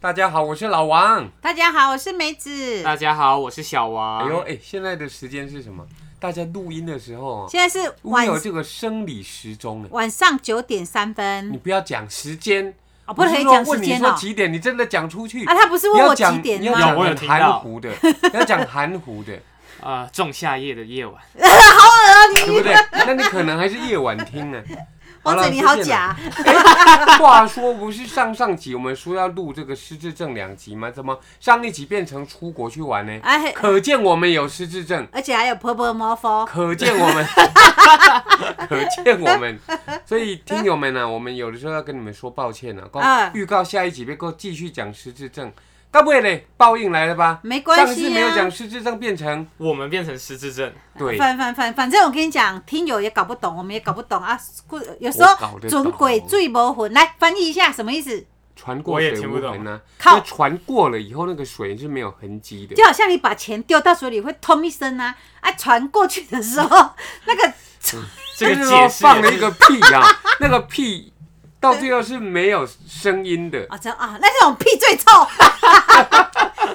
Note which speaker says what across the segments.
Speaker 1: 大家好，我是老王。
Speaker 2: 大家好，我是梅子。
Speaker 3: 大家好，我是小王。
Speaker 1: 哎呦，哎，现在的时间是什么？大家录音的时候啊，
Speaker 2: 现在是
Speaker 1: 我
Speaker 2: 晚
Speaker 1: 有这个生理时钟哎，
Speaker 2: 晚上九点三
Speaker 1: 你
Speaker 2: 分
Speaker 1: 不要讲时间，
Speaker 2: 嗯哦，不
Speaker 1: 是
Speaker 2: 可以
Speaker 1: 说
Speaker 2: 讲
Speaker 1: 问
Speaker 2: 时
Speaker 1: 你
Speaker 2: 间
Speaker 1: 说
Speaker 2: 哦。
Speaker 1: 几点，你真的讲出去
Speaker 2: 啊，他不是
Speaker 1: 你
Speaker 2: 问
Speaker 1: 要
Speaker 2: 我几
Speaker 1: 讲，
Speaker 2: 点啊
Speaker 1: 你要
Speaker 2: 吗？
Speaker 1: 讲
Speaker 3: 有我有
Speaker 1: 很
Speaker 3: 听
Speaker 1: 含
Speaker 3: 到
Speaker 1: 糊 的，要讲含糊的，
Speaker 3: 啊、仲夏夜的夜晚，
Speaker 1: 对不对？那你可能还是夜晚听呢。
Speaker 2: 王
Speaker 1: 了
Speaker 2: 子你好。
Speaker 1: 再见了
Speaker 2: 假，
Speaker 1: 话说，不是上上集我们说要录这个失智症两集吗？怎么上一集变成出国去玩呢？
Speaker 2: 哎，
Speaker 1: 可见我们有失智症，
Speaker 2: 而且还有婆婆摩佛，
Speaker 1: 可见我们， 可见我们。所以听友们呢、啊我们有的时候要跟你们说抱歉呢、啊
Speaker 2: 嗯。
Speaker 1: 预告下一集别给我继续讲失智症，该不会嘞？报应来了吧？
Speaker 2: 没
Speaker 1: 上
Speaker 2: 关
Speaker 1: 次
Speaker 2: 系
Speaker 1: 没有讲
Speaker 2: 啊。
Speaker 1: 失智症变成
Speaker 3: 我们变成失智症，
Speaker 1: 对。
Speaker 2: 反反反，反正我跟你讲，听友也搞不懂，我们也搞不懂啊。故有时
Speaker 1: 我搞
Speaker 2: 候
Speaker 1: 得懂
Speaker 2: 准鬼醉魔魂，来翻译一下什么意思？
Speaker 1: 船过
Speaker 3: 我也
Speaker 1: 水
Speaker 3: 听
Speaker 1: 无
Speaker 3: 不懂
Speaker 1: 痕啊呢、
Speaker 2: 靠
Speaker 1: 那船过了以后，那个水是没有痕迹的。
Speaker 2: 就好像你把钱丢到水里会通一声啊，啊，船过去的时候，那个
Speaker 3: 这
Speaker 1: 但
Speaker 3: 个
Speaker 1: 是
Speaker 3: 解
Speaker 1: 说
Speaker 3: 释
Speaker 1: 哎放
Speaker 3: 也
Speaker 1: 了
Speaker 3: 是
Speaker 1: 一个屁 啊，那个屁到最后是没有声音的。
Speaker 2: 啊，这啊，那种屁最臭，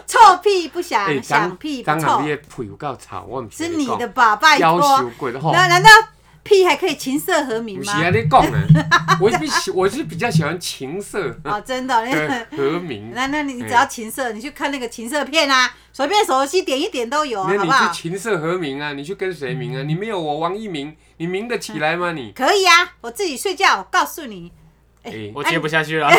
Speaker 2: 臭屁不响，响屁不
Speaker 1: 哎当然
Speaker 2: 臭
Speaker 1: 你，的屁有够吵，我唔
Speaker 2: 是你的吧？拜
Speaker 1: 要
Speaker 2: 托
Speaker 1: 求，过的吼。
Speaker 2: 那难道屁还可以琴瑟和鸣
Speaker 1: 不是
Speaker 2: 吗？
Speaker 1: 啊，你讲啊， 我是比喜我是比较喜欢情色
Speaker 2: 哦，真的，
Speaker 1: 的和鸣。
Speaker 2: 那那你只要琴瑟，你去看那个琴瑟片啊，随便手机点一点都有，
Speaker 1: 嗯那
Speaker 2: 好
Speaker 1: 你
Speaker 2: 不
Speaker 1: 去
Speaker 2: 好？嗯
Speaker 1: 琴瑟和鸣啊？你去跟谁鸣啊？你没有我王一鸣，你鸣得起来吗？ 你
Speaker 2: 可以啊，我自己睡觉，我告诉你，
Speaker 1: 哎，
Speaker 3: 我接不下去了。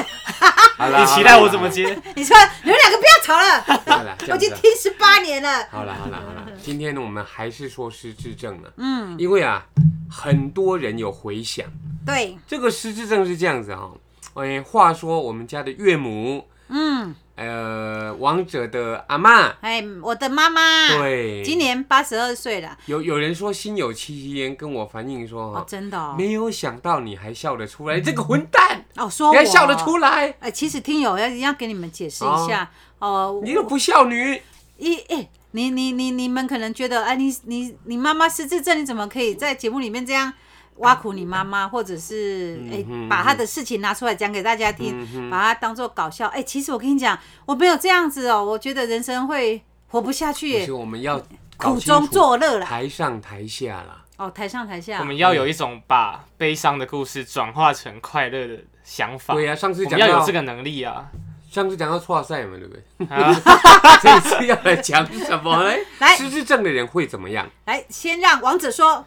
Speaker 1: 好啦
Speaker 3: 你期待我怎么？接？
Speaker 2: 你说你们两个不要吵了，
Speaker 1: 好啦， 这
Speaker 2: 我
Speaker 1: 样
Speaker 2: 已经
Speaker 1: 子啊
Speaker 2: 听嗯十八年了。
Speaker 1: 好了好了好了，今天呢，我们还是说失智症了。嗯，因为啊，很多人有回想。
Speaker 2: 对，
Speaker 1: 这个失智症是这样子哈、哦，哎，话说我们家的岳母，
Speaker 2: 嗯，
Speaker 1: 呃，王者的阿嬷，
Speaker 2: 哎，我的妈妈，
Speaker 1: 对，
Speaker 2: 今年八十二岁了，
Speaker 1: 有有人说心有戚戚焉，跟我反映说
Speaker 2: 哦
Speaker 1: 哈，、
Speaker 2: 真的哦，
Speaker 1: 没有想到你还笑得出来，这个混蛋，
Speaker 2: 嗯哦，说
Speaker 1: 你
Speaker 2: 我
Speaker 1: 还笑得出来，
Speaker 2: 哎，其实听友要要给你们解释一下哦，
Speaker 1: 你个不孝女，
Speaker 2: 一哎、你你你你们可能觉得，哎、你你你妈妈失智症，你怎么可以在节目里面这样挖苦你妈妈，或者是哎、
Speaker 1: 嗯哼
Speaker 2: 把她的事情拿出来讲给大家听
Speaker 1: 嗯，哼
Speaker 2: 把它当做搞笑？哎、其实我跟你讲，我没有这样子哦，我觉得人生会活不下去
Speaker 1: 不是
Speaker 2: 耶，
Speaker 1: 我们要搞
Speaker 2: 苦
Speaker 1: 清
Speaker 2: 中
Speaker 1: 楚
Speaker 2: 作乐啦。
Speaker 1: 台上台下啦，
Speaker 2: 哦，台上台下
Speaker 3: 我，们要有一种把悲伤的故事转化成快乐的想法。
Speaker 1: 对呀、啊上次
Speaker 3: 我
Speaker 1: 讲
Speaker 3: 们要
Speaker 1: 到
Speaker 3: 有这个能力啊！
Speaker 1: 上次讲到错赛嘛，对不对？
Speaker 3: 啊
Speaker 1: 这一次要来讲什么嘞？
Speaker 2: 来
Speaker 1: 失智症的人会怎么样？
Speaker 2: 来，先让王者说，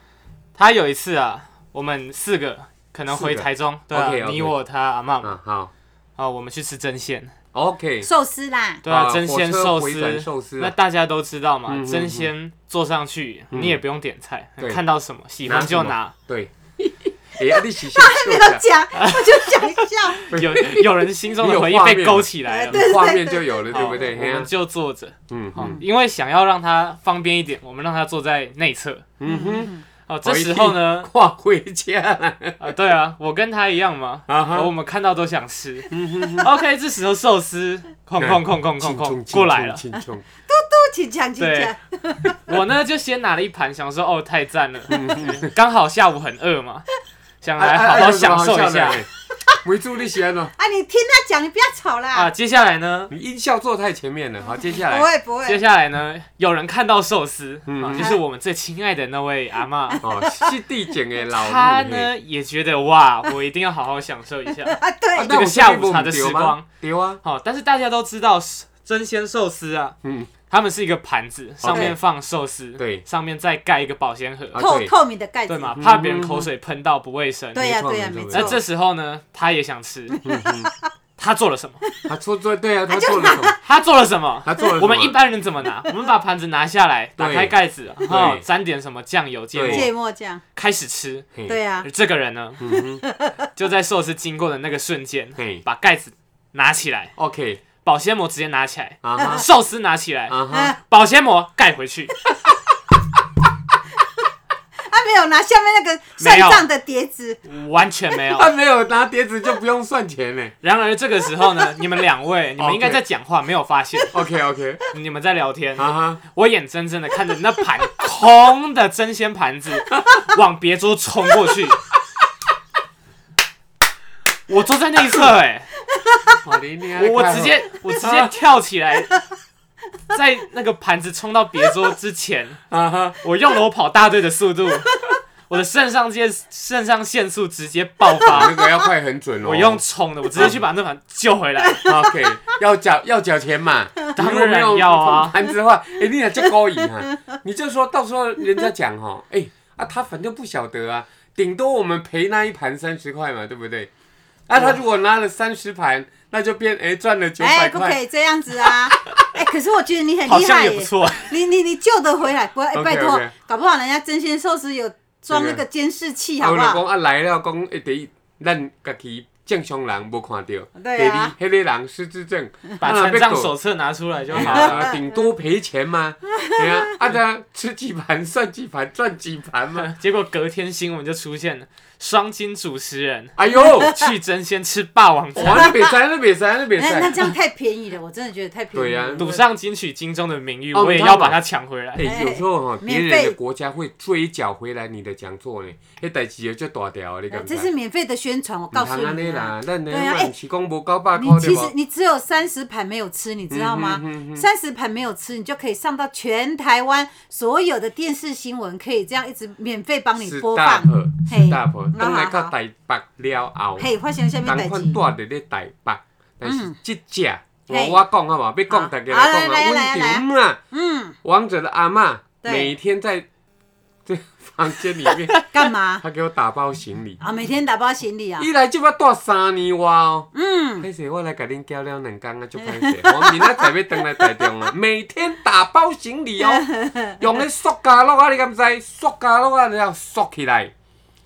Speaker 3: 他有一次啊，我们四个可能
Speaker 1: 四
Speaker 3: 回
Speaker 1: 个
Speaker 3: 台中，对啊
Speaker 1: OK，OK
Speaker 3: 你我他阿妈
Speaker 1: 啊，好
Speaker 3: 啊，我们去吃针线，
Speaker 1: ，OK，
Speaker 2: 寿司啦，
Speaker 3: 对啊，
Speaker 1: 啊
Speaker 3: 针
Speaker 1: 火
Speaker 3: 线
Speaker 1: 车
Speaker 3: 寿
Speaker 1: 回
Speaker 3: 司
Speaker 1: 转，寿司啊
Speaker 3: 那大家都知道嘛
Speaker 1: 嗯嗯，嗯
Speaker 3: 针线坐上去你也不用点菜
Speaker 1: 对，
Speaker 3: 看到什么喜欢就拿。
Speaker 1: 对， 哎呀，你洗洗
Speaker 2: 没有讲，我就讲一下，
Speaker 3: 有有人心中的回忆被勾起来了，
Speaker 2: 对
Speaker 1: 画面就有了，对不对？
Speaker 3: 好
Speaker 1: 嘿
Speaker 3: 我
Speaker 1: 啊
Speaker 3: 们就坐着，
Speaker 1: 嗯
Speaker 3: 哦
Speaker 1: 嗯
Speaker 3: 因为想要让他方便一点，我们让他坐在内侧。
Speaker 1: 嗯哼，
Speaker 3: 哦，这时候呢，
Speaker 1: 跨回家了，
Speaker 3: 啊，对啊，我跟他一样嘛，
Speaker 1: 啊哈嗯
Speaker 3: 哦我们看到都想吃。OK，这时 候寿司空空空空空空过来了，
Speaker 1: 轻冲，
Speaker 2: 不请讲，啊请
Speaker 3: 对
Speaker 2: 讲，
Speaker 3: 我呢就先拿了一盘，想说哦太赞了，
Speaker 1: 嗯
Speaker 3: 刚好下午很饿嘛，
Speaker 1: 哎
Speaker 3: 想来哎好好享受一下。。
Speaker 1: 维助你先哦，
Speaker 2: 啊，你听他讲，你不要吵
Speaker 3: 啊，
Speaker 2: 啦，
Speaker 3: 接下来呢，
Speaker 1: 你音效做太前面了。好，接下
Speaker 2: 不
Speaker 1: 来
Speaker 2: 会不会，
Speaker 3: 接下来呢，有人看到寿司，
Speaker 1: 嗯
Speaker 3: 啊，就是我们最亲爱的那位阿嬷。
Speaker 1: 哦，是地景的老
Speaker 3: 他
Speaker 1: 路。
Speaker 3: 呢也觉得哇，我一定要好好享受一下。
Speaker 2: 啊，对
Speaker 1: 嘿，
Speaker 3: 这个下午茶的时光，
Speaker 1: 丢啊，
Speaker 3: 好、但是大家都知道真鲜寿司啊，
Speaker 1: 嗯，
Speaker 3: 他们是一个盘子，上面放寿司，
Speaker 1: 对
Speaker 3: 上面再盖一个保鲜盒，
Speaker 1: 啊
Speaker 2: 透
Speaker 1: 对
Speaker 2: 透明的盖子，
Speaker 3: 对嘛，怕别人口水喷到不卫生。
Speaker 2: 对呀、
Speaker 1: 没错
Speaker 2: 对呀、
Speaker 1: 没
Speaker 2: 没
Speaker 1: 错
Speaker 2: 错。
Speaker 3: 那哎这时候呢，他也想吃， 他做了什么？
Speaker 1: 嗯 他做做对啊，他做了什么？
Speaker 3: 他做了 什么？
Speaker 1: 他做了什么
Speaker 3: 我们一般人怎么 拿？我们把盘子拿下来，打开盖子，哈、
Speaker 1: 对
Speaker 3: 沾点什么酱油、芥
Speaker 1: 对
Speaker 3: 末，
Speaker 2: 芥末酱，
Speaker 3: 开始吃。
Speaker 1: 嘿
Speaker 2: 对，啊，
Speaker 3: 这个人呢，
Speaker 1: 嗯
Speaker 3: 就在寿司经过的那个瞬间
Speaker 1: 嘿，
Speaker 3: 把盖子拿起来，
Speaker 1: ，OK，
Speaker 3: 保鲜膜直接拿起来，
Speaker 1: 啊哈
Speaker 3: 寿司拿起来，
Speaker 1: 啊哈，
Speaker 2: 啊，
Speaker 3: 保鲜膜盖回 去，
Speaker 2: 他啊没有拿下面那个算账的碟子，
Speaker 3: 完全没有。
Speaker 1: 他没有拿碟子就不用算钱呢。
Speaker 3: 然而这个时候呢，你们 两位，你们
Speaker 1: 哦
Speaker 3: 应该在讲话，没有发现，
Speaker 1: OK OK，
Speaker 3: 你们在聊天。
Speaker 1: 啊哈，
Speaker 3: 我眼睁睁的看着那盘空的真 鲜盘子往别桌冲过去。我坐在内侧哎，
Speaker 1: 好厉害！
Speaker 3: 我我直接我直接跳起来，在那个盘子冲到别桌之前，
Speaker 1: 啊哈，
Speaker 3: 我用了我跑大队的速度， 我的肾上腺肾上腺素直接爆
Speaker 1: 那
Speaker 3: 发，
Speaker 1: 个要快很准哦。
Speaker 3: 我用冲的，我直接去把那盘 救回来。
Speaker 1: OK，要缴要缴钱嘛？
Speaker 3: 当然
Speaker 1: 如果没有
Speaker 3: 要啊
Speaker 1: 盘子的话，哎、你俩就高赢啊！你就说到时候人家讲哈，哎、啊，他反正不晓得啊，顶多我们赔那一盘三十块嘛，对不对？啊，他如果拿了三十盘，那就变哎赚、了九
Speaker 2: 哎，
Speaker 1: 百
Speaker 2: 不可
Speaker 1: 块。
Speaker 2: 以这样子啊！哎，可是我觉得你很
Speaker 3: 好
Speaker 2: 厉
Speaker 3: 像
Speaker 2: 害
Speaker 3: 也不
Speaker 2: 耶，
Speaker 1: 啊
Speaker 3: 错，
Speaker 2: 你你你救得回来，不哎
Speaker 1: OK，
Speaker 2: 拜托
Speaker 1: OK，
Speaker 2: 搞不好人家真鲜寿司有装那个监视器，好
Speaker 1: 我
Speaker 2: 不
Speaker 1: 就
Speaker 2: 好
Speaker 1: 讲？啊来了，讲哎第一，咱家己正常人无看到，第
Speaker 2: 对啊
Speaker 1: 二，迄个人失智症，
Speaker 3: 把
Speaker 1: 啊
Speaker 3: 残障。手
Speaker 1: 要
Speaker 3: 册拿出来就
Speaker 1: 哎
Speaker 3: 好
Speaker 1: 呀
Speaker 3: 了。
Speaker 1: 啊顶多赔钱嘛，对啊，啊，他吃几盘算几盘，赚几盘嘛。
Speaker 3: 结果隔天新闻就出现了，双金主持人
Speaker 1: 哎 呦，
Speaker 3: 去争先吃霸王
Speaker 1: 哇，
Speaker 3: 餐，
Speaker 1: 那比赛，那比赛，那比
Speaker 2: 那哎那
Speaker 1: 赛。
Speaker 2: 这样太便宜了，我真的觉得太便宜
Speaker 1: 对
Speaker 2: 了
Speaker 1: 啊。
Speaker 3: 赌上金曲金钟的名誉，
Speaker 1: 哦
Speaker 3: 我也要把它抢回来
Speaker 1: 哎、。有时候哈，别
Speaker 2: 免费
Speaker 1: 人的国家会追缴回来你的讲座呢，迄代志就大条，你
Speaker 2: 哎
Speaker 1: 敢不
Speaker 2: 这
Speaker 1: 知？
Speaker 2: 是免费的宣传，我
Speaker 1: 唔
Speaker 2: 告诉
Speaker 1: 通安尼
Speaker 2: 你啊。
Speaker 1: 啦，咱呢
Speaker 2: 对啊
Speaker 1: 咱
Speaker 2: 哎
Speaker 1: 唔是讲无九百
Speaker 2: 你
Speaker 1: 块对嗯
Speaker 2: 其实
Speaker 1: 不？
Speaker 2: 你只有三十盘没有吃，你知道吗？三十盘没有吃，你就可以上到全台湾所有的电视新闻，可以这样一直免费帮你
Speaker 1: 是
Speaker 2: 播
Speaker 1: 大
Speaker 2: 放。
Speaker 1: 婆，是
Speaker 2: 嘿
Speaker 1: 大婆，
Speaker 2: 好
Speaker 1: 等来
Speaker 2: 好
Speaker 1: 到
Speaker 2: 好
Speaker 1: 台北了后，
Speaker 2: 嘿，发生下面代
Speaker 1: 人
Speaker 2: 志？
Speaker 1: 款带伫咧台北，但是
Speaker 2: 嗯
Speaker 1: 这只。我
Speaker 2: 嘿
Speaker 1: 我讲好嘛，要讲
Speaker 2: 好
Speaker 1: 大家
Speaker 2: 好
Speaker 1: 来讲
Speaker 2: 来来
Speaker 1: 啊，
Speaker 2: 来
Speaker 1: 温
Speaker 2: 来
Speaker 1: 婷啊，
Speaker 2: 嗯，
Speaker 1: 王者的阿嬷
Speaker 2: 对
Speaker 1: 每天在这房间里 面，
Speaker 2: 干嘛
Speaker 1: 她给我打包行李，
Speaker 2: 啊？每天打包 行李啊？
Speaker 1: 伊来即要带三年外哦。
Speaker 2: 嗯，
Speaker 1: 歹势，我来甲恁交了两工啊，足歹势。 我明仔载要回来台中 啊，每天打包行李哦，用迄塑胶袋啊，你敢知？塑胶袋啊，然后塑起来，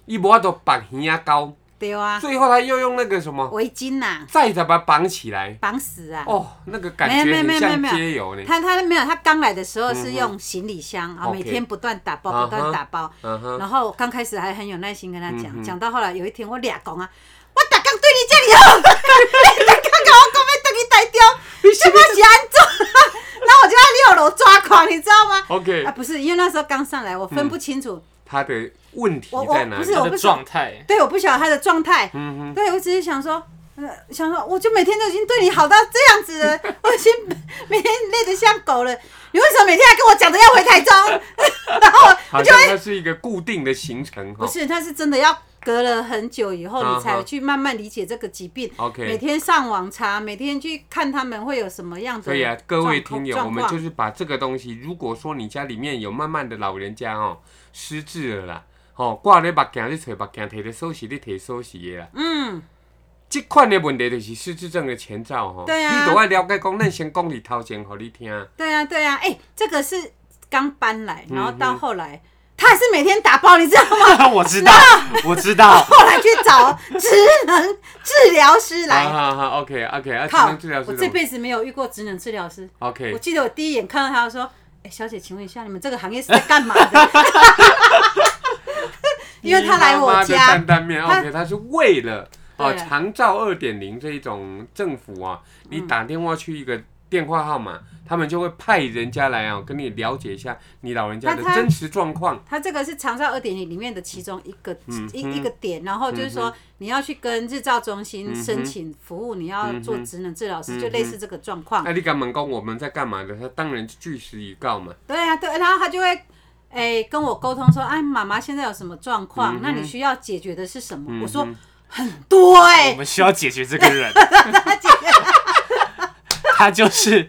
Speaker 1: 伊无法度绑耳啊胶，
Speaker 2: 对啊，
Speaker 1: 最后他又用那个什么
Speaker 2: 围巾呐、
Speaker 1: 再把它绑起来。
Speaker 2: 绑死啊。
Speaker 1: 哦，那个感
Speaker 2: 没
Speaker 1: 觉
Speaker 2: 有没
Speaker 1: 很
Speaker 2: 有没有
Speaker 1: 像
Speaker 2: 没有
Speaker 1: 街友呢。
Speaker 2: 他他没有，他刚来的时候是
Speaker 1: 嗯
Speaker 2: 用行李箱啊，
Speaker 1: OK
Speaker 2: 每天不断打
Speaker 1: 啊哈
Speaker 2: 包，不断打包。
Speaker 1: 嗯哼，
Speaker 2: 然后刚开始还很有耐心跟他
Speaker 1: 嗯哼
Speaker 2: 讲，讲到后来有一天我俩讲啊，我打刚对你这里好，你打刚跟我讲要等你台中，你什么喜欢做？然后我就在六楼抓狂，你知道吗
Speaker 1: OK
Speaker 2: 啊，不是，因为那时候刚上来，我分不清楚，
Speaker 1: 他的问题
Speaker 2: 我
Speaker 1: 在
Speaker 2: 我
Speaker 1: 哪
Speaker 2: 不
Speaker 1: 里
Speaker 2: 是？
Speaker 3: 他
Speaker 2: 我
Speaker 3: 的状 态，
Speaker 2: 对，我不晓得他的状态，
Speaker 1: 嗯哼，
Speaker 2: 对我只是想说，呃，想说我就每天都已经对你好到这样子了， 我已经每天累得像狗了，你为什么每天还跟我讲着要回台中？ 然后我
Speaker 1: 好
Speaker 2: 我就
Speaker 1: 像
Speaker 2: 会
Speaker 1: 它是一个固定的行程哈
Speaker 2: 不。是，他是真的要隔了很久以后，
Speaker 1: 啊哈
Speaker 2: 你才去慢慢理解这个疾病。
Speaker 1: 哦 OK
Speaker 2: 每天上网查，每天去看他们会有什么样子。
Speaker 1: 所以啊，各位听友，
Speaker 2: 状
Speaker 1: 我们
Speaker 2: 况
Speaker 1: 就是把这个东西，如果说你家里面有慢慢的老人家哦，失智了啦，哦，挂咧目镜，你找目镜，摕着锁匙，你摕锁匙的啦。
Speaker 2: 嗯，
Speaker 1: 这款的问题就是失智症的前兆吼、哦。
Speaker 2: 对啊
Speaker 1: 你都要了解讲，咱先讲你头前，互你听。
Speaker 2: 对啊，对啊，哎、这个是刚搬来，
Speaker 1: 嗯
Speaker 2: 然后到后来。他还是每天打包，你知道吗？
Speaker 3: 我知道， 我知道，
Speaker 2: 后来去找职能治疗师来，
Speaker 1: 啊好好好，OK OK，啊，
Speaker 2: 靠
Speaker 1: 能治疗！
Speaker 2: 我
Speaker 1: 师
Speaker 2: 这
Speaker 1: 怎么
Speaker 2: 辈子没有遇过职能治疗师。我
Speaker 1: ？OK，
Speaker 2: 记得我第一眼看到他说：“哎、小姐，请问一下，你们这个行业是在干嘛的？” 因为他来
Speaker 1: 你妈
Speaker 2: 我
Speaker 1: 妈的
Speaker 2: 家
Speaker 1: 担，担面
Speaker 2: 他
Speaker 1: ，OK，他是为了哦
Speaker 2: 对嗯
Speaker 1: 长照二点零这一种政府啊，你打电话去一个电话号码，他们就会派人家来啊，跟你了解一下你老人家的
Speaker 2: 那他
Speaker 1: 真实状况。
Speaker 2: 它这个是长照二点零里面的其中一个、
Speaker 1: 嗯
Speaker 2: 一
Speaker 1: 嗯
Speaker 2: 一个点，然后就是说你要去跟日照中心申请服务，你
Speaker 1: 嗯
Speaker 2: 要做职能治疗师，就类似这个状况。
Speaker 1: 哎那你敢问讲我们在干嘛的？他当然是据实以告嘛。
Speaker 2: 对啊，对，然后他就会哎、跟我沟通说：“哎，妈妈现在有什么状
Speaker 1: 嗯
Speaker 2: 况？那你需要解决的是什么？”我说：“很多哎、
Speaker 3: 我们需要解决这个人，
Speaker 2: 他解决
Speaker 3: 他就是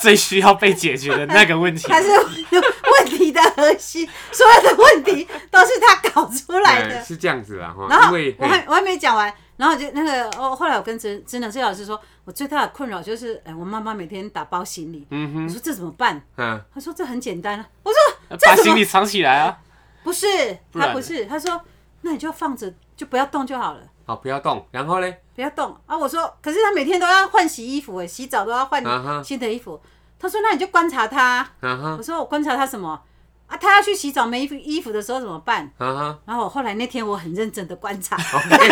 Speaker 3: 最需要被解决的那个问题。
Speaker 2: 他是问题的核心，所有的问题都是他搞出来
Speaker 1: 对
Speaker 2: 的。
Speaker 1: 哎是这样子啦哈，
Speaker 2: 然
Speaker 1: 因
Speaker 2: 后
Speaker 1: 为
Speaker 2: 我还我还没讲完，然后就那个哦，后来我跟职职能治疗师说，我最大的困扰就是，哎、我妈妈每天打包行李，
Speaker 1: 嗯
Speaker 2: 我说这怎么办？
Speaker 1: 嗯，
Speaker 2: 他说这很简单啊，我说
Speaker 3: 呃把
Speaker 2: 这怎
Speaker 3: 行
Speaker 2: 么
Speaker 3: 李藏起来啊！
Speaker 2: 不是？
Speaker 3: 不然
Speaker 2: 他不是，他说那你就放着，就不要动就好了。
Speaker 1: 好，不要动。然后嘞，
Speaker 2: 不要动啊！我说，可是他每天都要换洗衣服，哎，洗澡都要换
Speaker 1: 啊哈
Speaker 2: 新的衣服。他说，那你就观察他。
Speaker 1: 嗯哼
Speaker 2: 我，说，我观察他什么啊？他要去洗澡没衣服衣服的时候怎么办？
Speaker 1: 嗯哼
Speaker 2: 然后我后来那天我很认真的观察，
Speaker 1: ，OK，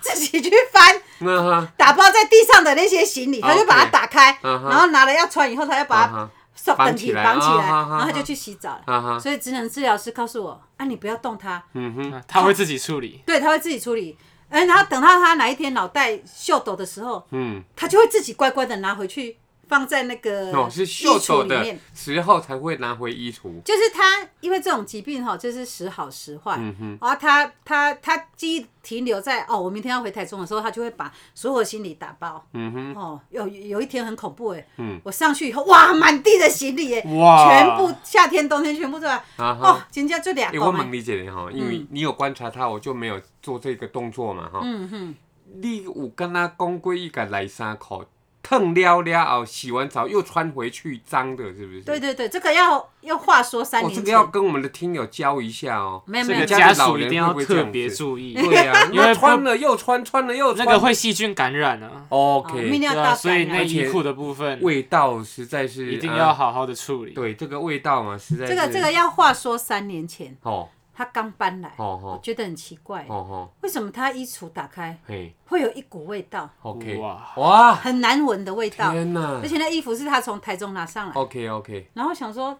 Speaker 2: 自己去翻
Speaker 1: 嗯哼，
Speaker 2: 打包在地上的那些行李，他就
Speaker 1: OK
Speaker 2: 把它打开，
Speaker 1: 嗯哼
Speaker 2: 然后拿了要穿以后，他要把
Speaker 1: 嗯
Speaker 2: 它
Speaker 1: 哼
Speaker 2: 手
Speaker 1: 绑
Speaker 2: 绑
Speaker 1: 起
Speaker 2: 起
Speaker 1: 来
Speaker 2: 绑起来，
Speaker 1: 啊哈哈
Speaker 2: 然后他就去洗澡了。
Speaker 1: 嗯哼，
Speaker 2: 所以职能治疗师告诉我，啊，你不要动它，
Speaker 1: 嗯哼，
Speaker 3: 嗯他会自己处理，
Speaker 2: 对，他会自己处理。哎，然后等到他哪一天脑袋秀抖的时候，
Speaker 1: 嗯，
Speaker 2: 他就会自己乖乖的拿回去放在那个
Speaker 1: 哦，是
Speaker 2: 衣
Speaker 1: 秀
Speaker 2: 橱
Speaker 1: 手
Speaker 2: 里
Speaker 1: 的
Speaker 2: 面。
Speaker 1: 时候才会拿回衣橱。
Speaker 2: 就是他，因为这种疾病哈，就是时好时坏。
Speaker 1: 嗯哼，
Speaker 2: 然后他他他记忆停留在哦，我明天要回台中的时候，他就会把所有行李打包。
Speaker 1: 嗯哼，
Speaker 2: 哦，有有一天很恐怖哎，
Speaker 1: 嗯
Speaker 2: 我上去以后哇，满地的行李哎，
Speaker 3: 哇
Speaker 2: 全部夏天冬天全部出来，
Speaker 1: 啊哈
Speaker 2: 哦。，人家就俩
Speaker 1: 欸、我
Speaker 2: 公
Speaker 1: 蛮
Speaker 2: 哎，
Speaker 1: 理解你哈，因为你有观察他，我就没有做这个动作嘛哈。
Speaker 2: 嗯哼，
Speaker 1: 你有跟他讲过伊个内衫裤烫了了后，洗完澡又穿回去脏的，是不是？
Speaker 2: 对对对，这个要要话说三
Speaker 1: 我、哦
Speaker 2: 年
Speaker 1: 这
Speaker 2: 前，
Speaker 1: 个要跟我们的听友教一下哦。
Speaker 2: 没有
Speaker 3: 这
Speaker 2: 没
Speaker 3: 个
Speaker 2: 有，
Speaker 1: 家
Speaker 3: 家
Speaker 1: 里老
Speaker 3: 属一
Speaker 1: 人
Speaker 3: 定
Speaker 1: 会
Speaker 3: 要
Speaker 1: 不会
Speaker 3: 特
Speaker 1: 这样
Speaker 3: 别
Speaker 1: 子
Speaker 3: 注意，
Speaker 1: 对 呀、
Speaker 3: 因为
Speaker 1: 那穿了又穿，穿了又
Speaker 3: 那
Speaker 1: 穿。
Speaker 3: 个会细菌感染啊，
Speaker 2: 泌
Speaker 1: OK，、
Speaker 2: 尿
Speaker 3: 对
Speaker 2: 道
Speaker 3: 啊，所以
Speaker 2: 感
Speaker 3: 内
Speaker 2: 染，
Speaker 3: 衣裤的部分
Speaker 1: 味道实在是
Speaker 3: 一定要
Speaker 1: 啊
Speaker 3: 好好的处理。
Speaker 1: 对这个味道嘛，实在是
Speaker 2: 这个这个要话说三年前，
Speaker 1: 哦
Speaker 2: 他刚搬来，
Speaker 1: 哦
Speaker 2: 我
Speaker 1: 哦
Speaker 2: 觉得很奇怪
Speaker 1: 哦，哦
Speaker 2: 为什么他衣橱打开
Speaker 1: 嘿
Speaker 2: 会有一股味道，
Speaker 1: OK
Speaker 3: 哇
Speaker 1: 哇
Speaker 2: 很难闻的味道，
Speaker 1: 天啊哪
Speaker 2: 而且那衣服是他从台中拿上来，
Speaker 1: OK OK
Speaker 2: 然后想说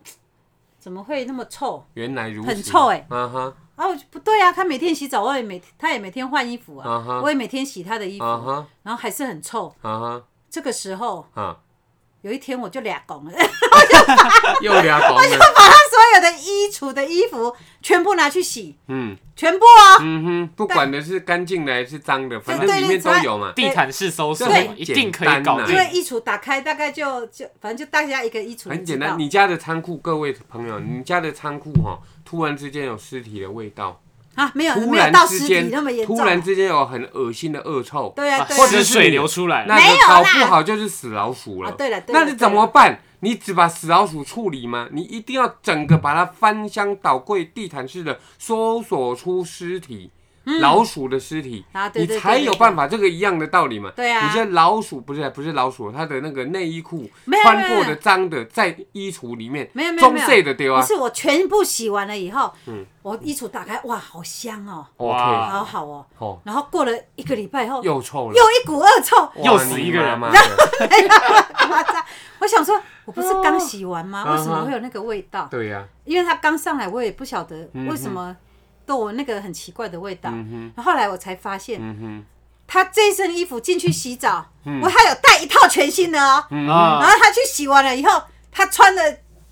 Speaker 2: 怎么会那么臭？
Speaker 1: 原来如此
Speaker 2: 很臭欸
Speaker 1: 啊哈
Speaker 2: 啊，我就不对啊，他每天洗澡，我也每他也每天换衣服啊
Speaker 1: 啊哈
Speaker 2: 我也每天洗他的衣服
Speaker 1: 啊哈
Speaker 2: 然后还是很臭。
Speaker 1: 啊哈
Speaker 2: 这个时候
Speaker 1: 啊
Speaker 2: 有一天我就俩 拱了，
Speaker 1: 又俩搞了
Speaker 2: 把他所有的衣橱的衣服全部拿去洗，
Speaker 1: 嗯
Speaker 2: 全部哦，
Speaker 1: 嗯哼，不管的是干净的还是脏的，反正里面都有嘛。
Speaker 3: 地毯式搜索
Speaker 1: 对
Speaker 3: 一定可以搞
Speaker 1: 对
Speaker 2: 因为
Speaker 3: 定。
Speaker 2: 衣橱打开大概就就反正就大家一个衣橱
Speaker 1: 很
Speaker 2: 知
Speaker 1: 简
Speaker 2: 道
Speaker 1: 单，你家的仓库，各位朋友，你家的仓库哈，突然之间有尸体的味道，
Speaker 2: 啊，没有
Speaker 1: 突
Speaker 2: 没有
Speaker 1: 然
Speaker 2: 到
Speaker 1: 之
Speaker 2: 尸
Speaker 1: 间
Speaker 2: 体那么严重
Speaker 1: 突
Speaker 2: 啊，
Speaker 1: 然之间有很恶心的恶臭，
Speaker 2: 对啊
Speaker 3: 啊
Speaker 2: 对啊
Speaker 1: 或者
Speaker 3: 死
Speaker 1: 是
Speaker 3: 水流出来
Speaker 1: 那
Speaker 3: 了，
Speaker 2: 没
Speaker 1: 个
Speaker 2: 有
Speaker 1: 搞
Speaker 2: 啦
Speaker 1: 不好就是死老鼠了。
Speaker 2: 啊对了对了
Speaker 1: 那你怎么办？你只把死老鼠处理吗？你一定要整个把它翻箱倒柜、地毯式的搜索出尸体。老鼠的尸体，
Speaker 2: 嗯啊对对对
Speaker 1: 你才有办法，这个一样的道理嘛。
Speaker 2: 对啊
Speaker 1: 你这老鼠不是不是老鼠，它的那个内衣裤
Speaker 2: 没有
Speaker 1: 穿
Speaker 2: 没有
Speaker 1: 过的脏的在衣橱里面，
Speaker 2: 没有没有
Speaker 1: 棕
Speaker 2: 没有
Speaker 1: 色的对
Speaker 2: 不
Speaker 1: 啊
Speaker 2: 是我全部洗完了以后，
Speaker 1: 嗯
Speaker 2: 我衣橱打开，哇，好香哦，
Speaker 1: ，OK，
Speaker 3: 哇
Speaker 2: 好好哦，
Speaker 1: 哦，
Speaker 2: 然后过了一个礼拜以后，
Speaker 1: 又臭了，
Speaker 2: 又一股恶臭，
Speaker 1: 哇
Speaker 3: 又死一个人
Speaker 1: 你妈妈的，
Speaker 2: 夸张。我想说，我不是刚洗完吗？
Speaker 1: 哦
Speaker 2: 为什么会有那个味道？
Speaker 1: 对呀，
Speaker 2: 因为他刚上来，我也不晓得
Speaker 1: 嗯哼
Speaker 2: 为什么都有那个很奇怪的味道。
Speaker 1: 嗯
Speaker 2: 然后后来我才发现，
Speaker 1: 哼，嗯
Speaker 2: 他这身衣服进去洗澡，我还有带一套全新的哦。
Speaker 1: 哼，啊，
Speaker 2: 然
Speaker 3: 啊，
Speaker 2: 后他去洗完了以后，他穿了